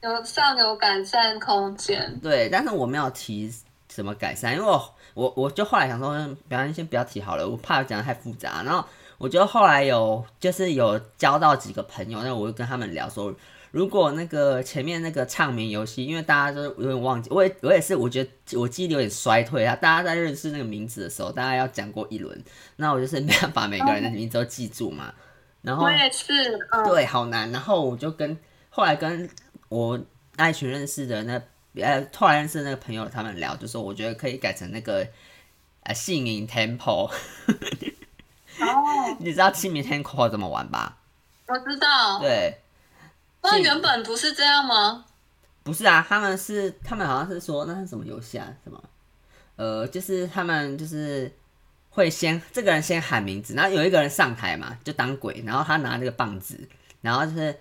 有上有改善空间。对，但是我没有提什么改善，因为我我我就后来想说，嗯不要先不要提好了，我怕讲的太复杂。然后我就后来有就是有交到几个朋友，那我就跟他们聊说，如果那个前面那个唱名游戏，因为大家都有点忘记，我也我也是，我觉得我记忆力有点衰退啊。大家在认识那个名字的时候，大家要讲过一轮，那我就是没办法每个人的名字都记住嘛。然后我也是，嗯，对，好难。然后我就跟后来跟我那一群认识的那呃，后来认识的那个朋友他们聊，就说我觉得可以改成那个呃姓名 temple， 哦，你知道姓名 temple 怎么玩吧？我知道。对，那原本不是这样吗？不是啊，他们是他们好像是说那是什么游戏啊？什么？呃，就是他们就是会先这个人先喊名字，然后有一个人上台嘛，就当鬼，然后他拿那个棒子，然后就是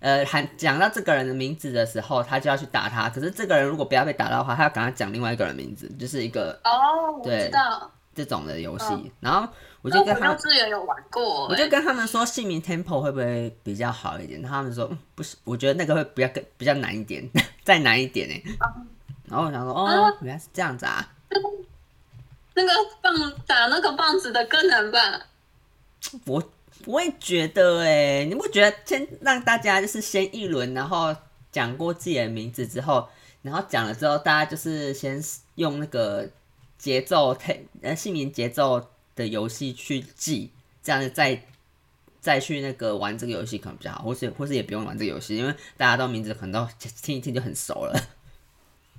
呃喊讲到这个人的名字的时候，他就要去打他。可是这个人如果不要被打到的话，他要赶快讲另外一个人的名字，就是一个哦，我对知道。这种的游戏。然后我我就哦我跟他幼们。稚园有玩过、我欸就跟他们说姓名 temple 会不会比较好一点？他们说、嗯、不是，我觉得那个会比较更比较难一点， 再难一点呢。然后我想说，哦，原来是这样子啊，那个棒打那个棒子的更难吧？我我也觉得哎，你不觉得先让大家就是先一轮，然后讲过自己的名字之后，然后讲了之后，大家就是先用那个节奏 t 呃姓名节奏的游戏去记，这样子再再去那个玩这个游戏可能比较好，或是或是也不用玩这个游戏，因为大家都名字可能都听一听就很熟了。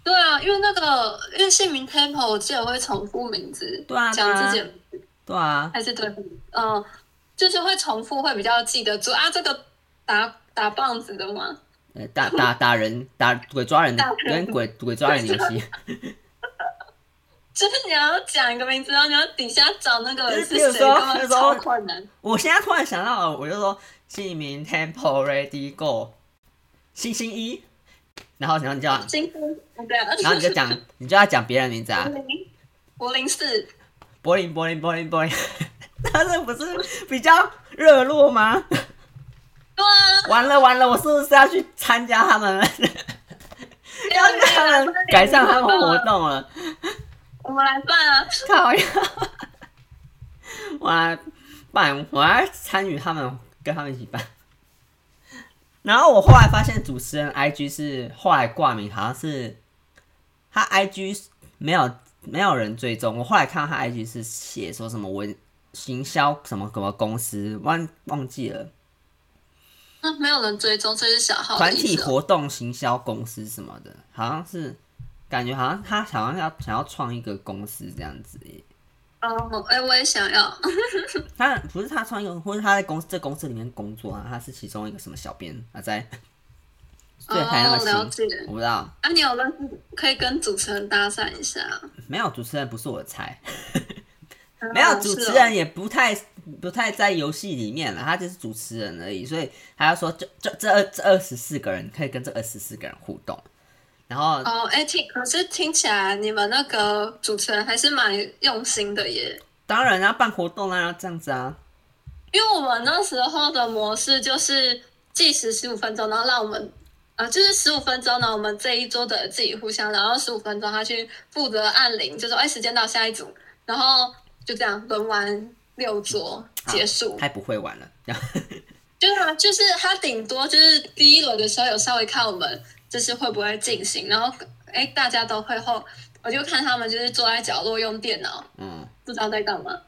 对啊，因为那个因为姓名 temple，我记得会重复名字，对啊讲对啊自己的对啊，还是对，嗯，就是会重复，会比较记得住啊。这个打打棒子的吗？呃打打打人打鬼抓人的打，有人点鬼鬼抓人游戏。就是你要讲一个名字，然后你要底下找那个人是就是谁，比如说根比如本说超困难。我现在突然想到了，我就说姓名 Temple Ready Go，星星一，然后然后你就要，今天对啊，然后你就讲，你就要讲别人的名 字啊，柏林市，柏林柏林柏林柏林， 他这不是比较热络吗？ 对啊，完了完了，我是不是要去参加他们了？ 要因去为他们改善他们活，动了？我们来办啊，靠呀！ 我来办，我来参与他们，跟他们一起办。然后我后来发现，主持人 IG 是后来挂名，好像是他 IG 没有没有人追踪。我后来看到他 IG 是写说什么文行销什么什么公司，忘忘记了那啊没有人追踪，这是小号的团意思体哦活动行销公司什么的，好像是感觉好像他好像要想要创一个公司这样子耶。哦，哎，我也想要，他不是他创业，或是他在公司这公司里面工作啊，他是其中一个什么小编啊， 在对还那么哦，了新，解。我不知道，啊，你有认识可以跟主持人搭讪一下啊，没有主持人不是我的菜，哦没有主持人也不太不太在游戏里面了，他就是主持人而已，所以他要说这这这二这二十四个人可以跟这二十四个人互动，然后哦，哎、听可是听起来你们那个主持人还是蛮用心的耶，当然要办活动啊，要这样子啊，因为我们那时候的模式就是计时十五分钟，然后让我们啊、呃就是十五分钟呢，然后我们这一桌的人自己互相，然后十五分钟他去负责按铃，就说哎、时间到下一组，然后就这样轮完六桌结束。太不会玩了， 对啊，就是他顶多就是第一轮的时候有稍微看我们就是会不会进行，然后哎大家都会后，我就看他们就是坐在角落用电脑，嗯，不知道在干嘛，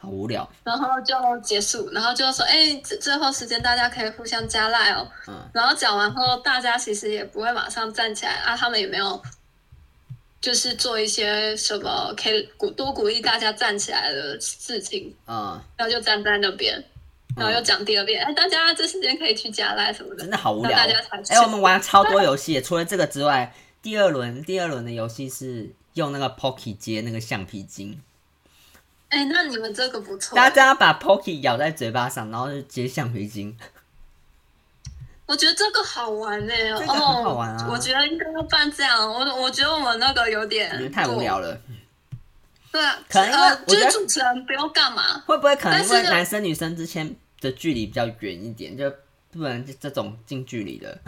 好无聊，然后就结束，然后就说哎最最后时间大家可以互相加赖哦，嗯，然后讲完后大家其实也不会马上站起来啊，他们也没有。就是做一些什么可以鼓多鼓励大家站起来的事情，嗯，然后就站在那边，然后又讲第二遍，哎、大家这时间可以去加赖什么的真，的好无聊、哦那大家才。哎、我们玩了超多游戏耶，除了这个之外，第二轮第二轮的游戏是用那个 Pocky 接那个橡皮筋，哎、那你们这个不错，大家把 Pocky 咬在嘴巴上，然后就接橡皮筋。我觉得这个好玩呢、这个很好哦，玩啊我觉得应该要办这样，我我觉得我们那个有你点们太无聊了。了，对啊，可能因为呃我就觉得是主持人不用干嘛，会不会可能但因是为呢男生女生之间的距离比较远一点，就不能这种近距离的？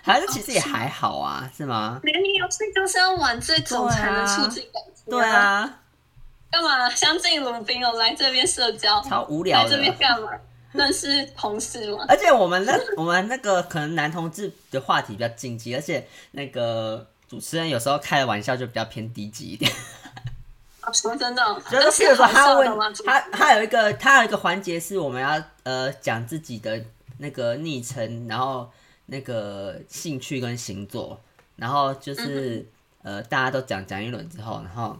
还是其哦实也还好啊，是吗？联谊游戏就是要玩这种对啊才能促进感情、对，啊，干嘛相敬如宾哦，来这边社交，超无来聊这的。边干嘛？认识同事嘛？ 而且我们那我们那个可能男同志的话题比较禁忌，而且那个主持人有时候开的玩笑就比较偏低级一点。啊说真的哦，就是那譬如是说好他笑的吗问？他他有一个他有一个环节是我们要呃讲自己的那个昵称，然后那个兴趣跟星座，然后就是、呃大家都讲讲一轮之后，然后。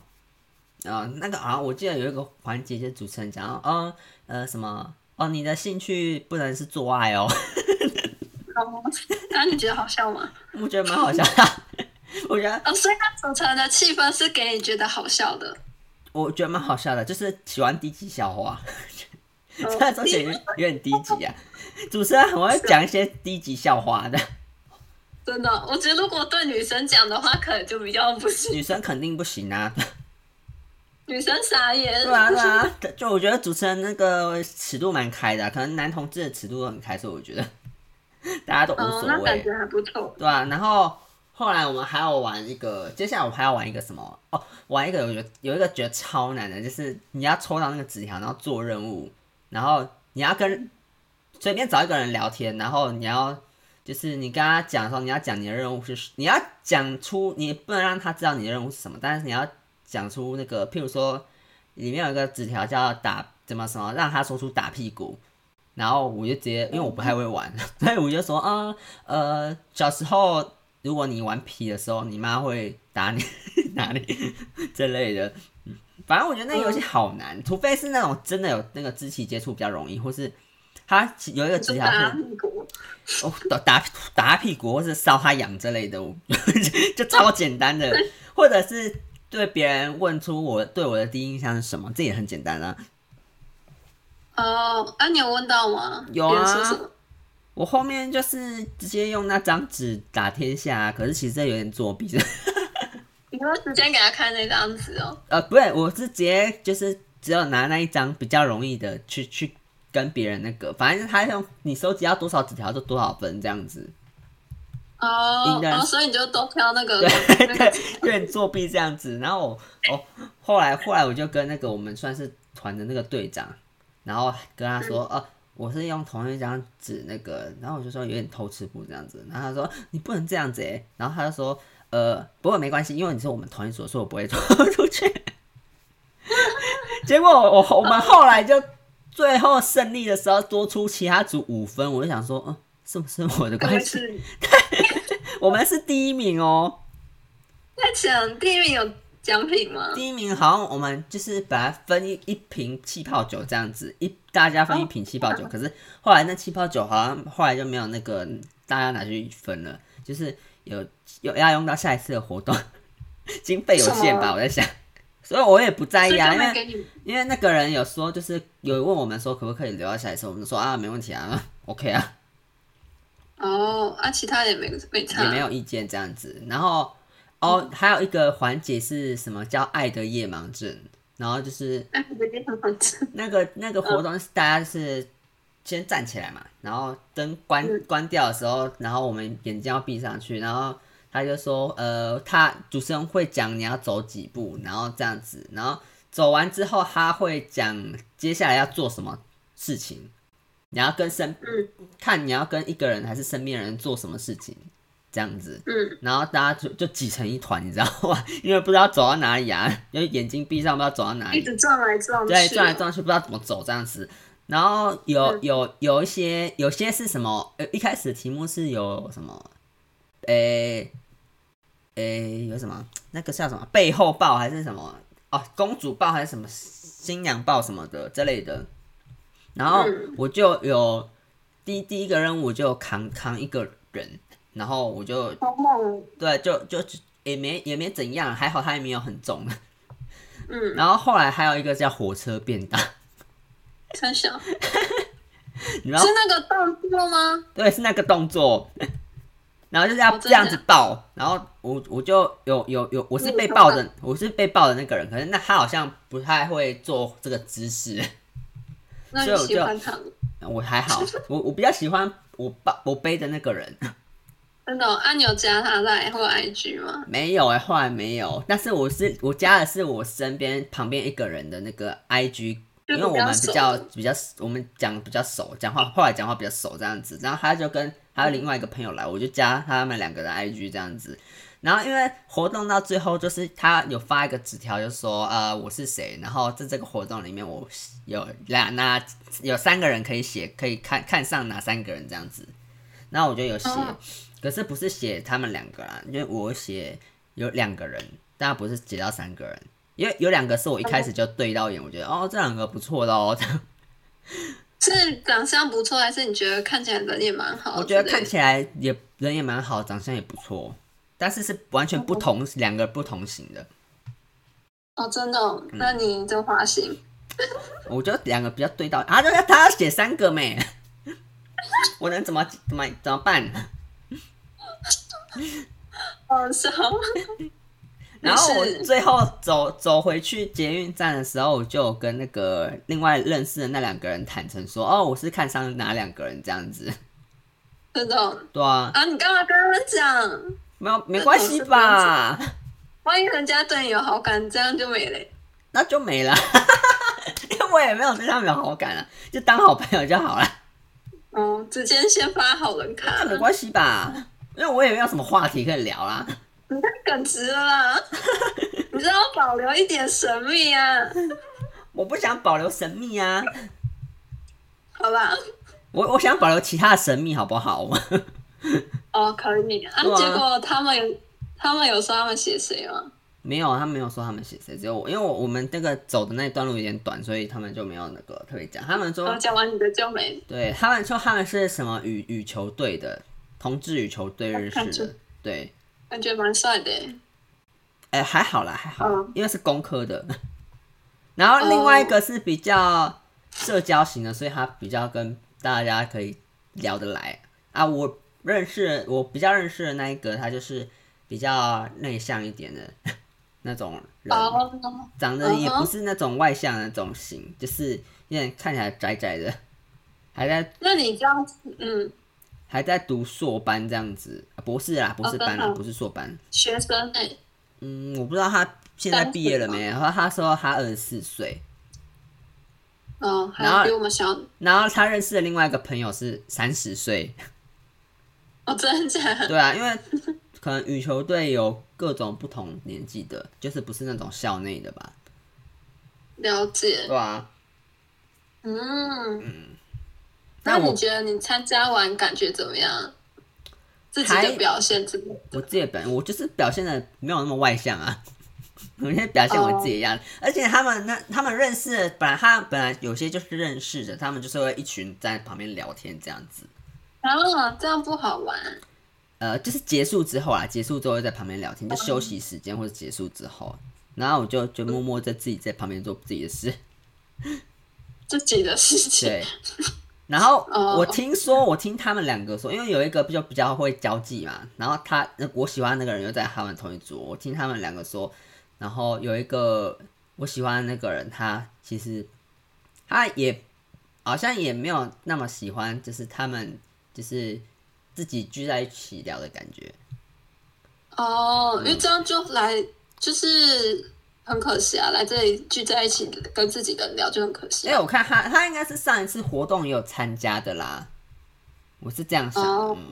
啊、那个好像我记得有一个环节，就是主持人讲到，哦，呃，什么，哦，你的兴趣不能是做爱哦，哦那你觉得好笑吗？我觉得蛮好笑的， 我觉得哦，所以它组成的气氛是给你觉得好 笑的。我觉得蛮好笑的，就是喜欢低级笑话，哦虽然说显得有点低级啊。主持人很会讲一些低级笑话的，真的，哦我觉得如果对女生讲的话，可能就比较不行。女生肯定不行啊。女生傻眼。对啊，对啊，就我觉得主持人那个尺度蛮开的啊、可能男同志的尺度都很开，所以我觉得 大家都无哦，所那谓。感觉还不错。对啊，然后后来我们还要玩一个，接下来我们还要玩一个什么？哦，玩一个有有一个觉得超难的，就是你要抽到那个纸条，然后做任务，然后你要跟随便找一个人聊天，然后你要就是你跟他讲的时候，你要讲你的任务是，你要讲出你不能让他知道你的任务是什么，但是你要讲出那个，譬如说里面有一个纸条叫打怎么什么，让他说出打屁股。然后我就直接，因为我不太会玩， 所以我就说，嗯，呃，小时候如果你顽皮的时候，你妈会打你 打你 这类的。嗯反正我觉得那个游戏好难，除非是那种真的有那个肢体接触比较容易，或是他有一个纸就条打是屁股，哦打打打他屁股，或是搔他痒之类的，我 就超简单的，或者是对别人问出我对我的第一印象是什么，这也很简单啊。哦，啊，你有问到吗？有啊别人说什么？我后面就是直接用那张纸打天下啊，可是其实这有点作弊。 你说直接给他看那张纸哦。呃，不对，我是直接就是只有拿那一张比较容易的去去跟别人那个，反正他用你收集到多少纸条就多少分这样子，哦应，该哦，所以你就都挑那个对那个 对，有点作弊这样子。然后我哦，后来后来我就跟那个我们算是团的那个队长，然后跟他说，哦、我是用同一张纸那个，然后我就说有点偷吃不这样子，然后他说哦你不能这样子诶，然后他就说。呃，不过没关系，因为你是我们同一所，所以我不 会拖出去。结果我我我们后来就最后胜利的时候多出其他组五分，我就想说，嗯，是不是我的关位系？置。我们是第一名哦，在想第一名有奖品吗？ 第一名好像我们就是本来分一一瓶气泡酒这样子，一大家分一瓶气泡哦酒，可是后来那气泡酒好像后来就没有那个大家拿去分了，就是有有要用到下一次的活动， 经费有限什吧，么我在想，所以我也不在所意以啊，就因没为给你。因为那个人有说就是有问我们说可不可以留到下一次，我们就说啊没问题啊，OK 啊，哦，啊，其他也没没差。也没有意见这样子。然后嗯哦，还有一个环节是什么叫爱的夜盲症，然后就是。哎，我已经很好吃。那个那嗯个活动是大家是先站起来嘛，然后灯关嗯关掉的时候，然后我们眼睛要闭上去，然后他就说，呃，他主持人会讲你要走几步，然后这样子，然后走完之后他会讲接下来要做什么事情，你要跟身、嗯看你要跟一个人还是身边人做什么事情，这样子，嗯，然后大家就就挤成一团，你知道吗？ 因为不知道走到哪里啊，因为眼睛闭上不知道走到哪里一，直撞来撞去。对，转来。转去不知道怎么走这样子。然后有有有一些有些是什么？呃，一开始的题目是有什么？诶诶，有什么？那个叫什么？背后抱还是什么？哦，公主抱还是什么新娘抱什么的之类的。然后嗯我就有第第一个任务，我就扛扛一个人，然后我就好猛哦。对，就就就也没也没怎样，还好他也没有很重。嗯，然后后来还有一个叫火车便当，真小。你知道是那个动作吗？对，是那个动作。 然后就是要哦真的这样子抱，然后我我就有有有我是被抱的，我是被抱的那个人，可是那他好像不太会做这个姿势，那所以你我喜就欢躺？我还好，我我比较喜欢我抱我背的那个人，真的哦、啊，你有加他在或 IG 吗？没有哎、后来没有，但是我是我加的是我身边旁边一个人的那个 IG，就因比较为我们比熟较的比较我们讲比较熟，讲话后来讲话比较熟这样子，然后他就跟还有另外一个朋友来，我就加他们两个的 IG 这样子。然后因为活动到最后，就是他有发一个纸条，就说呃我是谁，然后在这个活动里面我有两那有三个人可以写，可以看看上哪三个人这样子。然后我就有写，哦可是不是写他们两个啦，因为我写有两个人，但不是写到三个人，因为有两个是我一开始就对到眼，我觉得哦这两个不错的哦，是长相不错，还是你觉得看起来人也蛮好？我觉得看。起来也人也蛮好，长相也不错，但是是完全不同两个不同型的，哦，真的哦、嗯那你真花心。我觉得两个比较对到啊，他他要写三个没， 我能怎么怎么怎么办？哦，是哦。然后我没事最后走走回去捷运站的时候，我就有跟那个另外认识的那两个人坦诚说，哦，我是看上哪两个人这样子。真的哦对啊，啊，你干嘛跟他们讲？没有没关系吧，万一人家对你有好感，这样就没了。那就没了， 因为我也没有对他们有好感了、啊就当好朋友就好了，哦，直接先发好人卡， 没关系吧，因为我也没有什么话题可以聊啦。你太耿直了 啦！你知道保留一点神秘啊，我不想保留神秘啊，好吧？我我想保留其他的神秘，好不好？哦，可以啊。对啊结果他们有，他们有说他们写谁吗？没有，他没有说他们写谁，只有我，因为我我们那个走的那一段路有点短，所以他们就没有那个特别讲。他们我说，讲完你的就没。对他们说他们是什么羽羽球队的，同志羽球队认看识出的，对，感觉蛮帅的耶。哎、还好啦，还好，嗯因为是工科的。 然后另外一个是比较社交型的，所以他比较跟大家可以聊得来啊。我认识我比较认识的那一个，他就是比较内向一点的 那种人。哦，长得也嗯哼不是那种外向的那种型，就是有点看起来宅宅的，还在那你这样，嗯，还在读硕班这样子，啊博士啦，博士班啦，哦真的不是硕班。学生哎、嗯，我不知道他现在毕业了没，然后他说他二十四岁，哦，还然后有比我们小，然后他认识的另外一个朋友是三十岁，哦，真的假的？对啊，因为可能羽球队有各种不同年纪的，就是不是那种校内的吧，了解对。啊。嗯，那那你我觉得你参加完感觉怎么样？自己还的表现怎么样？我自己的表现，我就是表现的没有那么外向啊， 我现在表现我自己的样子。而且他们那他们认识的，本来他本来有些就是认识的，他们就是会一群在旁边聊天这样子。啊，这样不好玩。呃，就是结束之后啊，结束之后会在旁边聊天，就休息时间或者结束之后，啊然后我就就默默在自己在旁边做自己的事。自己的事情对，然后 哦我听说，我听他们两个说，因为有一个比较比较会交际嘛，然后他那我喜欢那个人又在他们同一组，我听他们两个说，然后有一个我喜欢的那个人，他其实他也好像也没有那么喜欢，就是他们就是自己聚在一起聊的感觉，哦，因为嗯这样就来就是很可惜啊，来这里聚在一起跟自己的人聊就很可惜因为哎我看他他应该是上一次活动也有参加的啦，我是这样想的，哦嗯。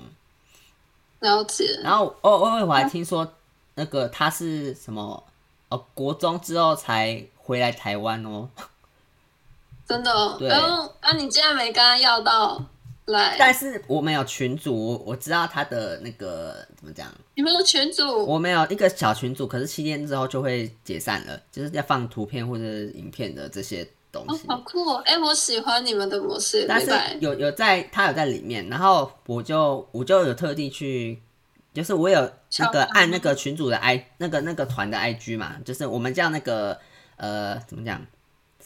了解然后哦哦，我还听说那个他是什么哦，国中之后才回来台湾哦，真的哦。对然后啊，你竟然没跟他要到来，但是我们有群主，我我知道他的那个怎么讲，你们的群主我们有一个小群组，可是七天之后就会解散了，就是要放图片或者是影片的这些东哦，西。好酷哦！哎，我喜欢你们的模式，但拜是拜。有有在他有在里面，然后我就我就有特地去，就是我有那个敲按那个群主的 i 那个那个团的 IG 嘛，就是我们叫那个呃怎么讲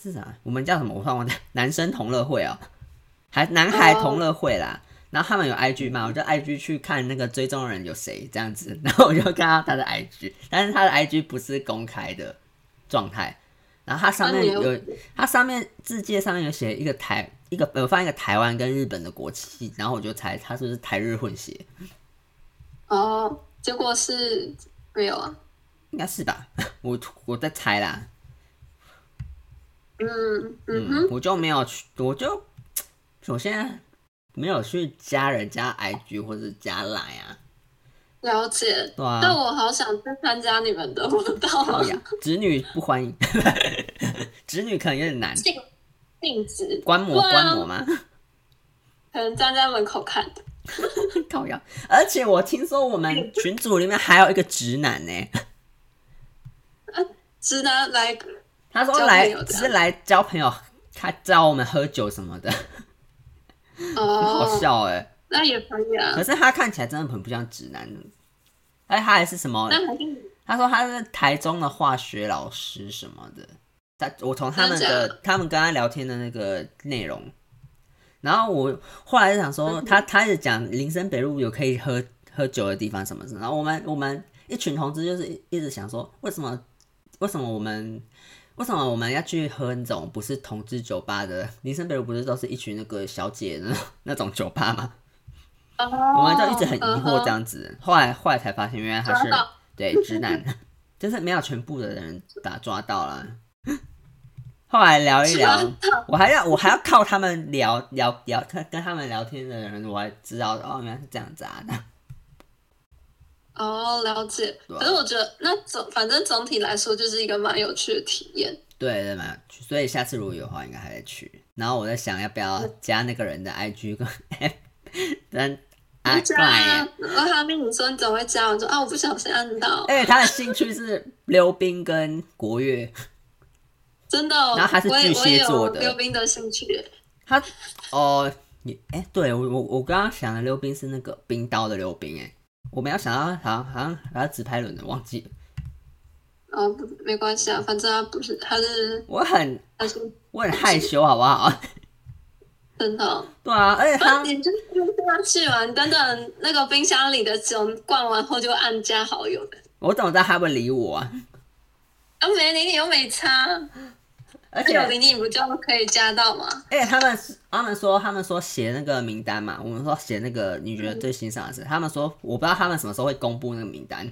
是啥？我们叫什么？我突然忘记，男生同乐会哦，还男孩同乐会啦。然后他们有 IG 嘛，我就 IG 去看那个追踪人有谁这样子，然后我就看到他的 IG，但是他的 IG 不是公开的状态，然后它上面那啊你有有它上面字界上面有写一个台一个呃我放一个台湾跟日本的国旗，然后我就猜他是不是台日混血，哦，结果是没有啊。应该是吧？我我在猜啦，嗯嗯嗯哼，，我就没有去，我就我现在没有去加人家 IG 或者加 Line 啊，了解。对啊，但我好想去参加你们的舞蹈哎啊，呀，侄女不欢迎， 侄女可能有点难，禁禁止，观摩对啊观摩嘛， 可能站在门口看的。靠呀！而且我听说我们群组里面还有一个直男呢、直男来，他说交来朋友这样是来交朋友，他教我们喝酒什么的，很好哦，笑哎、那也可以啊可。是他看起来真的很不像直男，哎，他还是什么？那还是他说他是台中的化学老师什么的。他我从他们真的的他们跟他聊天的那个内容，然后我后来就想说，嗯他他是讲林森北路有可以喝喝酒的地方什么什么，然后我们我们一群同志就是一一直想说，为什么为什么我们为什么我们要去喝那种不是同志酒吧的？林森北路不是都是一群那个小姐的那种那种酒吧吗？哦，我们就一直很疑惑嗯这样子，后来后来才发现，原来他是抓到 对直男，就是没有全部的人打抓到了。后来聊一聊抓，我还要我还要靠他们聊聊聊，跟跟他们聊天的人，我还知道哦，原来是这样子啊。 哼哦，了解。对啊可是我觉得那总反正总体来说就是一个蛮有趣的体验。对对嘛，所以下次如果有的话，应该还得去。然后我在想要不要加那个人的 IG 跟 F，但啊你加 Line 啊，然后他跟你说你怎么会加？我说啊，我不小心按到，哎，他的兴趣是溜冰跟国乐。真的哦。然后他是我也巨蟹座的我也有溜冰的兴趣。他哦，你哎、对我我我刚刚想的溜冰是那个冰刀的溜冰哎、我没有想到好像好像好像直拍轮的，忘记了。哦，不，没关系啊，反正他不是，他是我很他是我很害羞，好不好？ 真的哦。对啊，而且那他你就用这样去玩，等等那个冰箱里的酒灌完后就按加好友的。我怎么知道他会理我啊？啊，没理你又没差，而且有理你不就可以加到吗？哎、他们他们说他们说写那个名单嘛，我们说写那个你觉得最欣赏的嗯是，他们说我不知道他们什么时候会公布那个名单，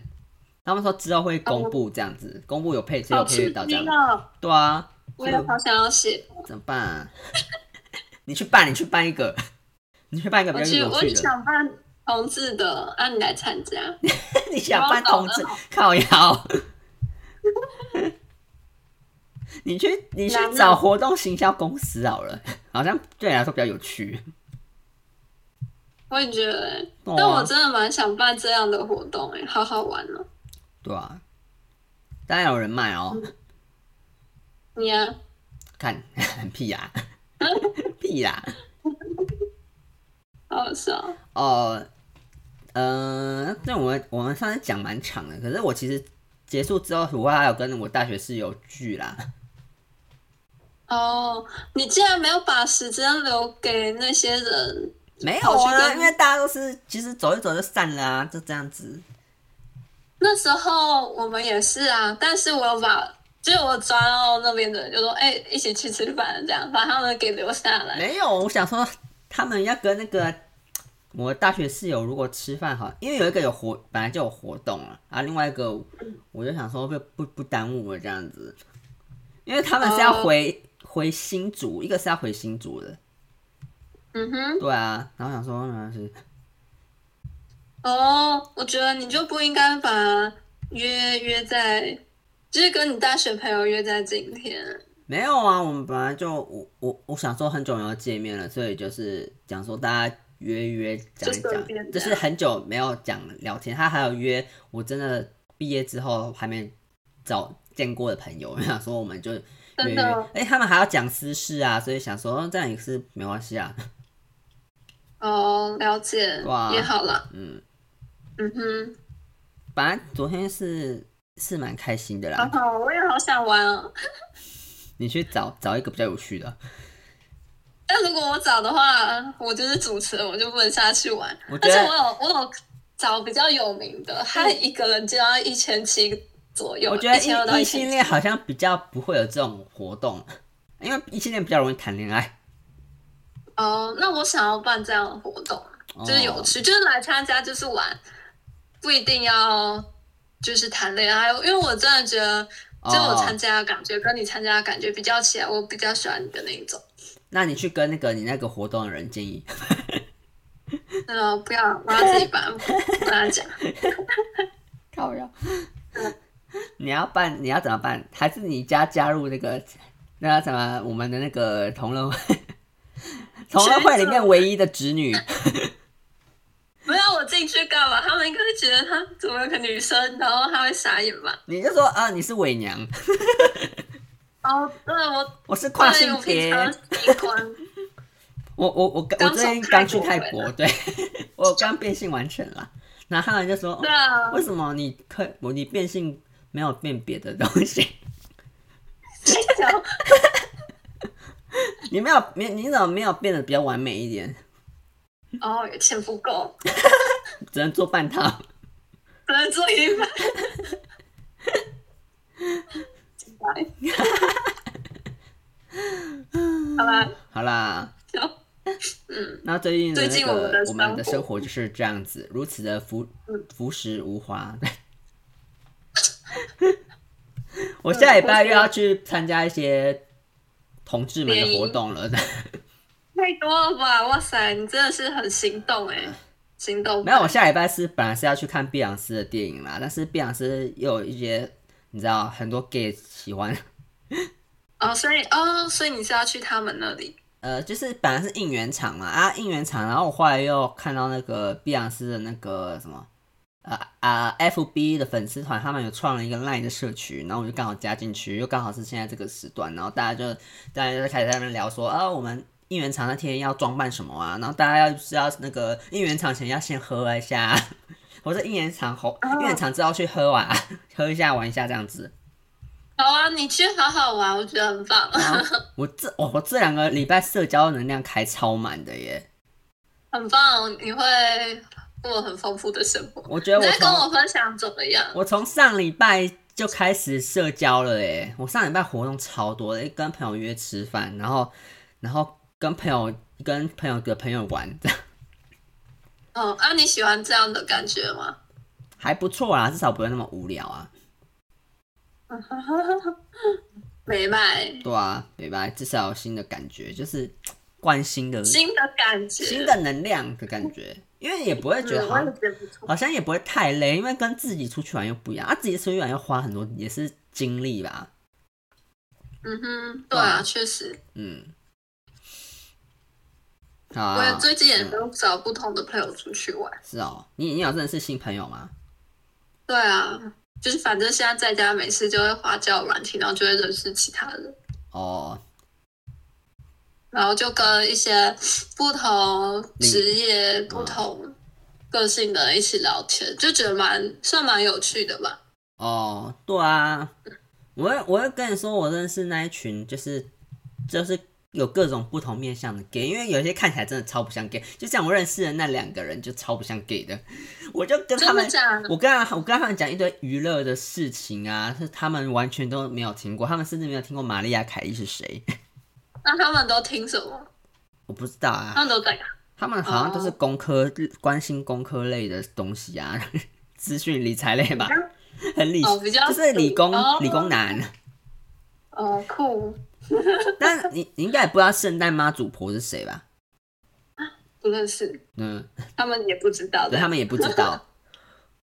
他们说之后会公布这样子，公布有配置有好配刺乐到这样激，哦！对啊，我也好想要写，怎么办、啊？你去办，你去办一个，你去办一个比我较去，有我趣的。想办同志的，啊，你来参加。 你想办同志靠腰， 你去你去难啊找活动行销公司好了，好像对你来说比较有趣。我也觉得、欸，哦但我真的蛮想办这样的活动、欸，哎，好好玩哦、对啊，当然有人脉哦，你啊，看 屁啦，屁啦。好好笑。哦，呃，那我们我们上次讲蛮长的，可是我其实结束之后，我还有跟我大学室友聚啦。哦，你竟然没有把时间留给那些人，没有跑去啊，跟因为大家都是其实走一走就散了啊，就这样子。那时候我们也是啊，但是我有把，就是我抓到那边的人，就说，哎、一起去吃饭，这样把他们给留下来。没有，我想说他们要跟那个我大学室友如果吃饭哈，因为有一个有活本来就有活动了，啊，另外一个我就想说不不不耽误了这样子，因为他们是要哦回、回新竹，一个是要回新竹的，嗯哼，对啊，然后想说嗯是哦，我觉得你就不应该把约约在，就是跟你大学朋友约在今天。没有啊，我们本来就我我我想说很久没有见面了，所以就是讲说大家约一约讲一就随讲，便这样就是很久没有讲聊天。他还有约我真的毕业之后还没找见过的朋友，我 想说我们就约真约的，哦哎、他们还要讲私事啊，所以想说哦这样也是没关系啊，哦，了解哇，也好啦。嗯，嗯哼，反正昨天是是蛮开心的啦好。好，我也好想玩哦。你去找找一个比较有趣的，但如果我找少的话，我就是主持人，我就不能下去玩。我觉而且得嗯我有我有找比较有名的，他一个人就要一千七左右，我觉得一千二到异一异性千恋好像比较不会有这种活动，因为异性恋比较容易谈恋爱。哦，那我想要办这样的活动，啊就是哦有趣，就是来参加就是玩，不一定要就是谈恋爱，因为我真的觉得。哦就我参加的感觉，跟你参加的感觉比较起来，我比较喜欢你的那一种。那你去跟那个你那个活动的人建 议，那哦不要，我要自己办，不 要讲。靠呀！你要办，你要怎么办？还是你家加入那个那叫什么我们的那个同乐会？同乐会里面唯一的侄女，不要我进去干嘛？他们应该会觉得她怎么有个女生，然后她会傻眼吧？你就说啊，你是伪娘，哦，对，我我是跨对性我平别，常离 婚，我我我刚我刚最近从刚去泰泰国国，对 我刚变性完成了，然后他们就说，哦对啊，为什么你可我你变性没有变别的东西？ 然后你没有没你怎么没有变得比较完美一点？哦钱不够，只能做半套。只能做一 半。好吧，好啦，行那最近的最那近个我们的我们的生嗯生活就是这样子，如此的浮浮石无 华。我下礼拜又嗯要去参加一些同志们的活动了， 太多了吧？哇塞，你真的是很心动哎、心动没有，我下礼拜是本来是要去看碧昂斯的电影啦，但是碧昂斯又有一些你知道很多 gay 喜欢，哦，所以哦，所以你是要去他们那里？呃，就是本来是应援场嘛，啊，应援场，然后我后来又看到那个碧昂斯的那个什么，呃啊、f b 的粉丝团，他们有创了一个 LINE 的社区，然后我就刚好加进去，又刚好是现在这个时段，然后大家就大家就开始在那边聊说，啊，我们应援场那天要装扮什么啊，然后大家要是要那个应援场前要先喝一下， 我说应援场后，哦应援场之后去喝啊， 喝一下玩一下这样子，好啊，你去好好玩，我觉得很棒，然后我这哦我我这两个礼拜社交能量开超满的耶。很棒，哦你会过很丰富的生活。我觉得你我再跟我从分享怎么样？我从上礼拜就开始社交了诶，我上礼拜活动超多的，跟朋友约吃饭，然后然后跟朋友跟朋友的朋友玩，嗯，啊，你喜欢这样的感觉吗？还不错啦，至少不会那么无聊啊。没卖对啊，对吧？至少有新的感觉，就是关新的新的感觉，新的能量的感觉，因为也不会觉嗯得好啊我也像觉得不错。好像也不会太累，因为跟自己出去玩又不一样啊，自己出去玩要花很多也是精力吧，嗯哼，对啊，嗯确实，嗯。好啊、我也最近也都找不同的朋友出去玩。是哦，你你有认识新朋友吗？对啊，就是反正现在在家没事就会花交友软体，然后就会认识其他人。哦，然后就跟一些不同职业、嗯不同个性的人一起聊天，就觉得蛮算蛮有趣的吧。哦，对啊，我会我会跟你说，我认识那一群就是就是有各种不同面向的 gay，因为有些看起来真的超不像 gay，就像我认识的那两个人就超不像 gay 的，我就跟他真的们假的？我跟他我跟他们讲一堆娱乐的事情啊，是他们完全都没有听过，他们甚至没有听过玛利亚凯莉是谁，那他们都听什么？我不知道啊，他们都在干他们好像都哦是工科、关心工科类的东西啊， 资讯理财类吧， 很理，哦比较就是理工、哦理工男。哦酷，但你你应该也不知道圣诞妈祖婆是谁吧？不认识，嗯，他们也不知道对的他。们也不知 道。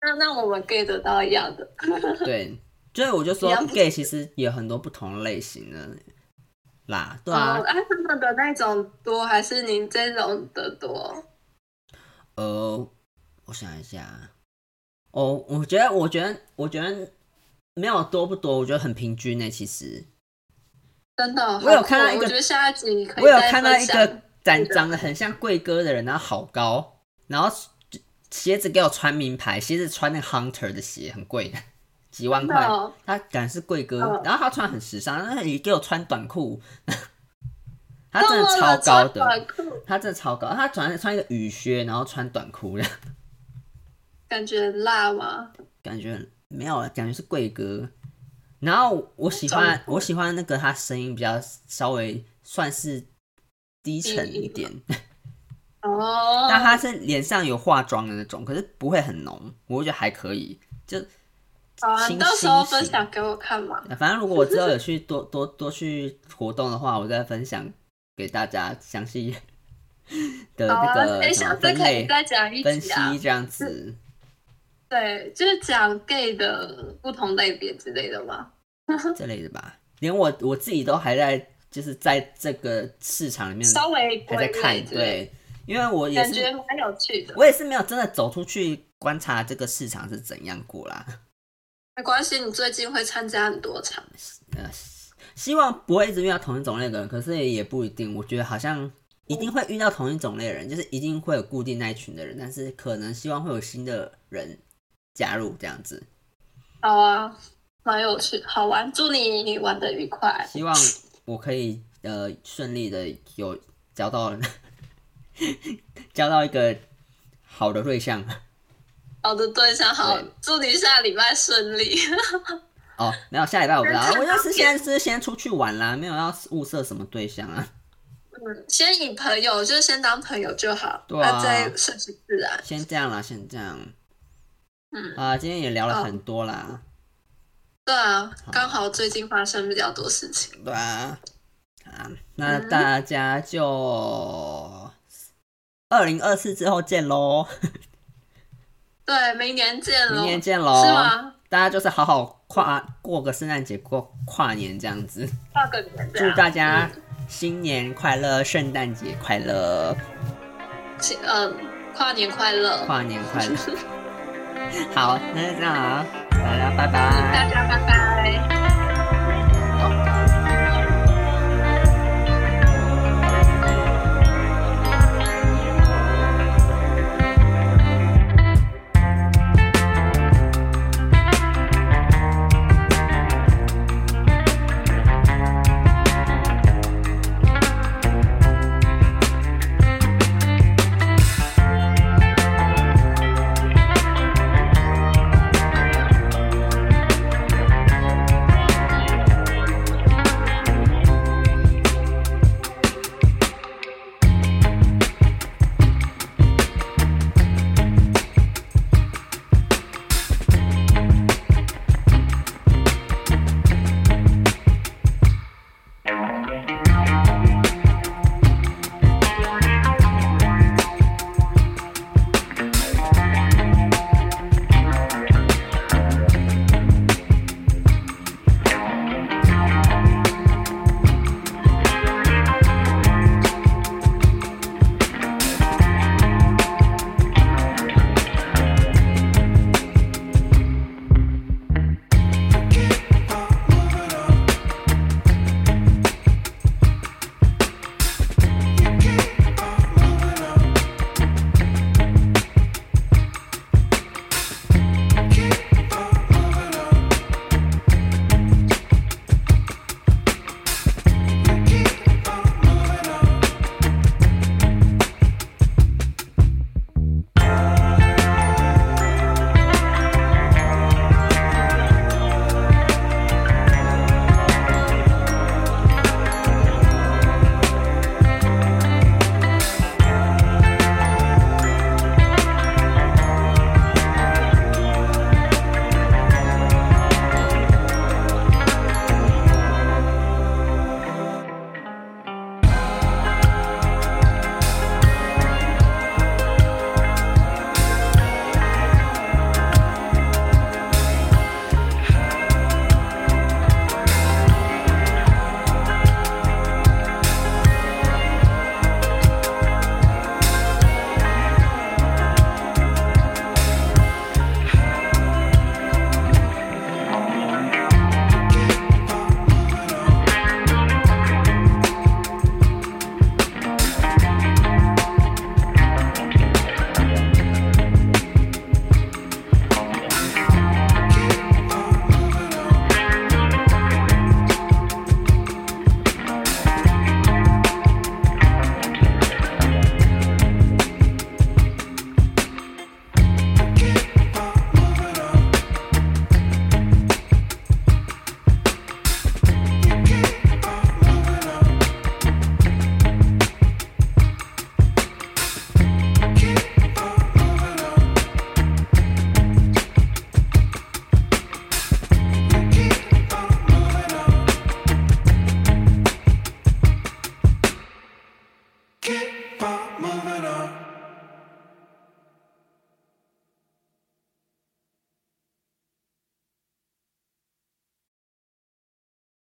那那我们 get 得到一样的，对，所以我就说一样不 gay 其实有很多不同类型的啦，对啊哦，，哎、他们的那种多还是您这种的多？哦呃，我想一下，哦，我觉得，我觉得，我觉得没有多不多，我觉得很平均呢、其实，真的，好酷我有看到一个我觉得下一集可以我有再看到分一享个长长得很像贵哥的人，然后好高，然后鞋子给我穿名牌，鞋子穿那个 Hunter 的鞋，很贵的，几万真块的哦。他敢是贵哥，嗯然后他穿很时尚，然后也给我穿短裤，他到真的我超了高超的。啊短裤他真的超高，他穿穿一个雨靴，然后穿短裤 的，感觉很辣吗？感觉没有了，感觉是贵哥。然后我喜欢我喜欢那个他声音比较稍微算是低沉一点，哦，但他是脸上有化妆的那种，可是不会很浓，我觉得还可以。就好啊，清你到时候新分型享给我看嘛。反正如果我之后有去多多多去活动的话，我再分享给大家详细的好那啊，个哎，什么下次分可以类再讲一分集析啊。这样子。对，就是讲 gay 的不同类别之类的嘛。嗯这类的吧。连我我自己都还在，就是在这个市场里面稍微还归在类看，之类对，因为我的，也感觉是，蛮有趣的。我也是没有真的走出去观察这个市场是怎样过啦。没关系，你最近会参加很多场，呃，希望不会一直遇到同一种类的人，可是也不一定。我觉得好像一定会遇到同一种类的人，就是一定会有固定那一群的人，但是可能希望会有新的人加入这样子。好啊，蛮有趣，好玩。祝你玩的愉快。希望我可以呃顺利的有 交到交到一个好的对象 好的哦对象，好对，祝你下礼拜顺利。 哦。没有，下礼拜我不知道，我就是先是先出去玩啦，没有要物色什么对象啊。嗯，先以朋友，就是先当朋友就好，对啊那再顺其自然。先这样啦，先这样。嗯啊、今天也聊了很多啦，对啊，刚好最近发生比较多事情。对啊。啊，那嗯大家就二零二四之后见喽，对，明年见喽。明年见喽。是吗？大家就是好好跨过个圣诞节，过跨年这样子。跨个年这祝样。大家新年快乐，圣诞节快乐，请嗯，跨年快乐，跨年快 乐。好，那就这样啊，大家拜拜大。家拜拜。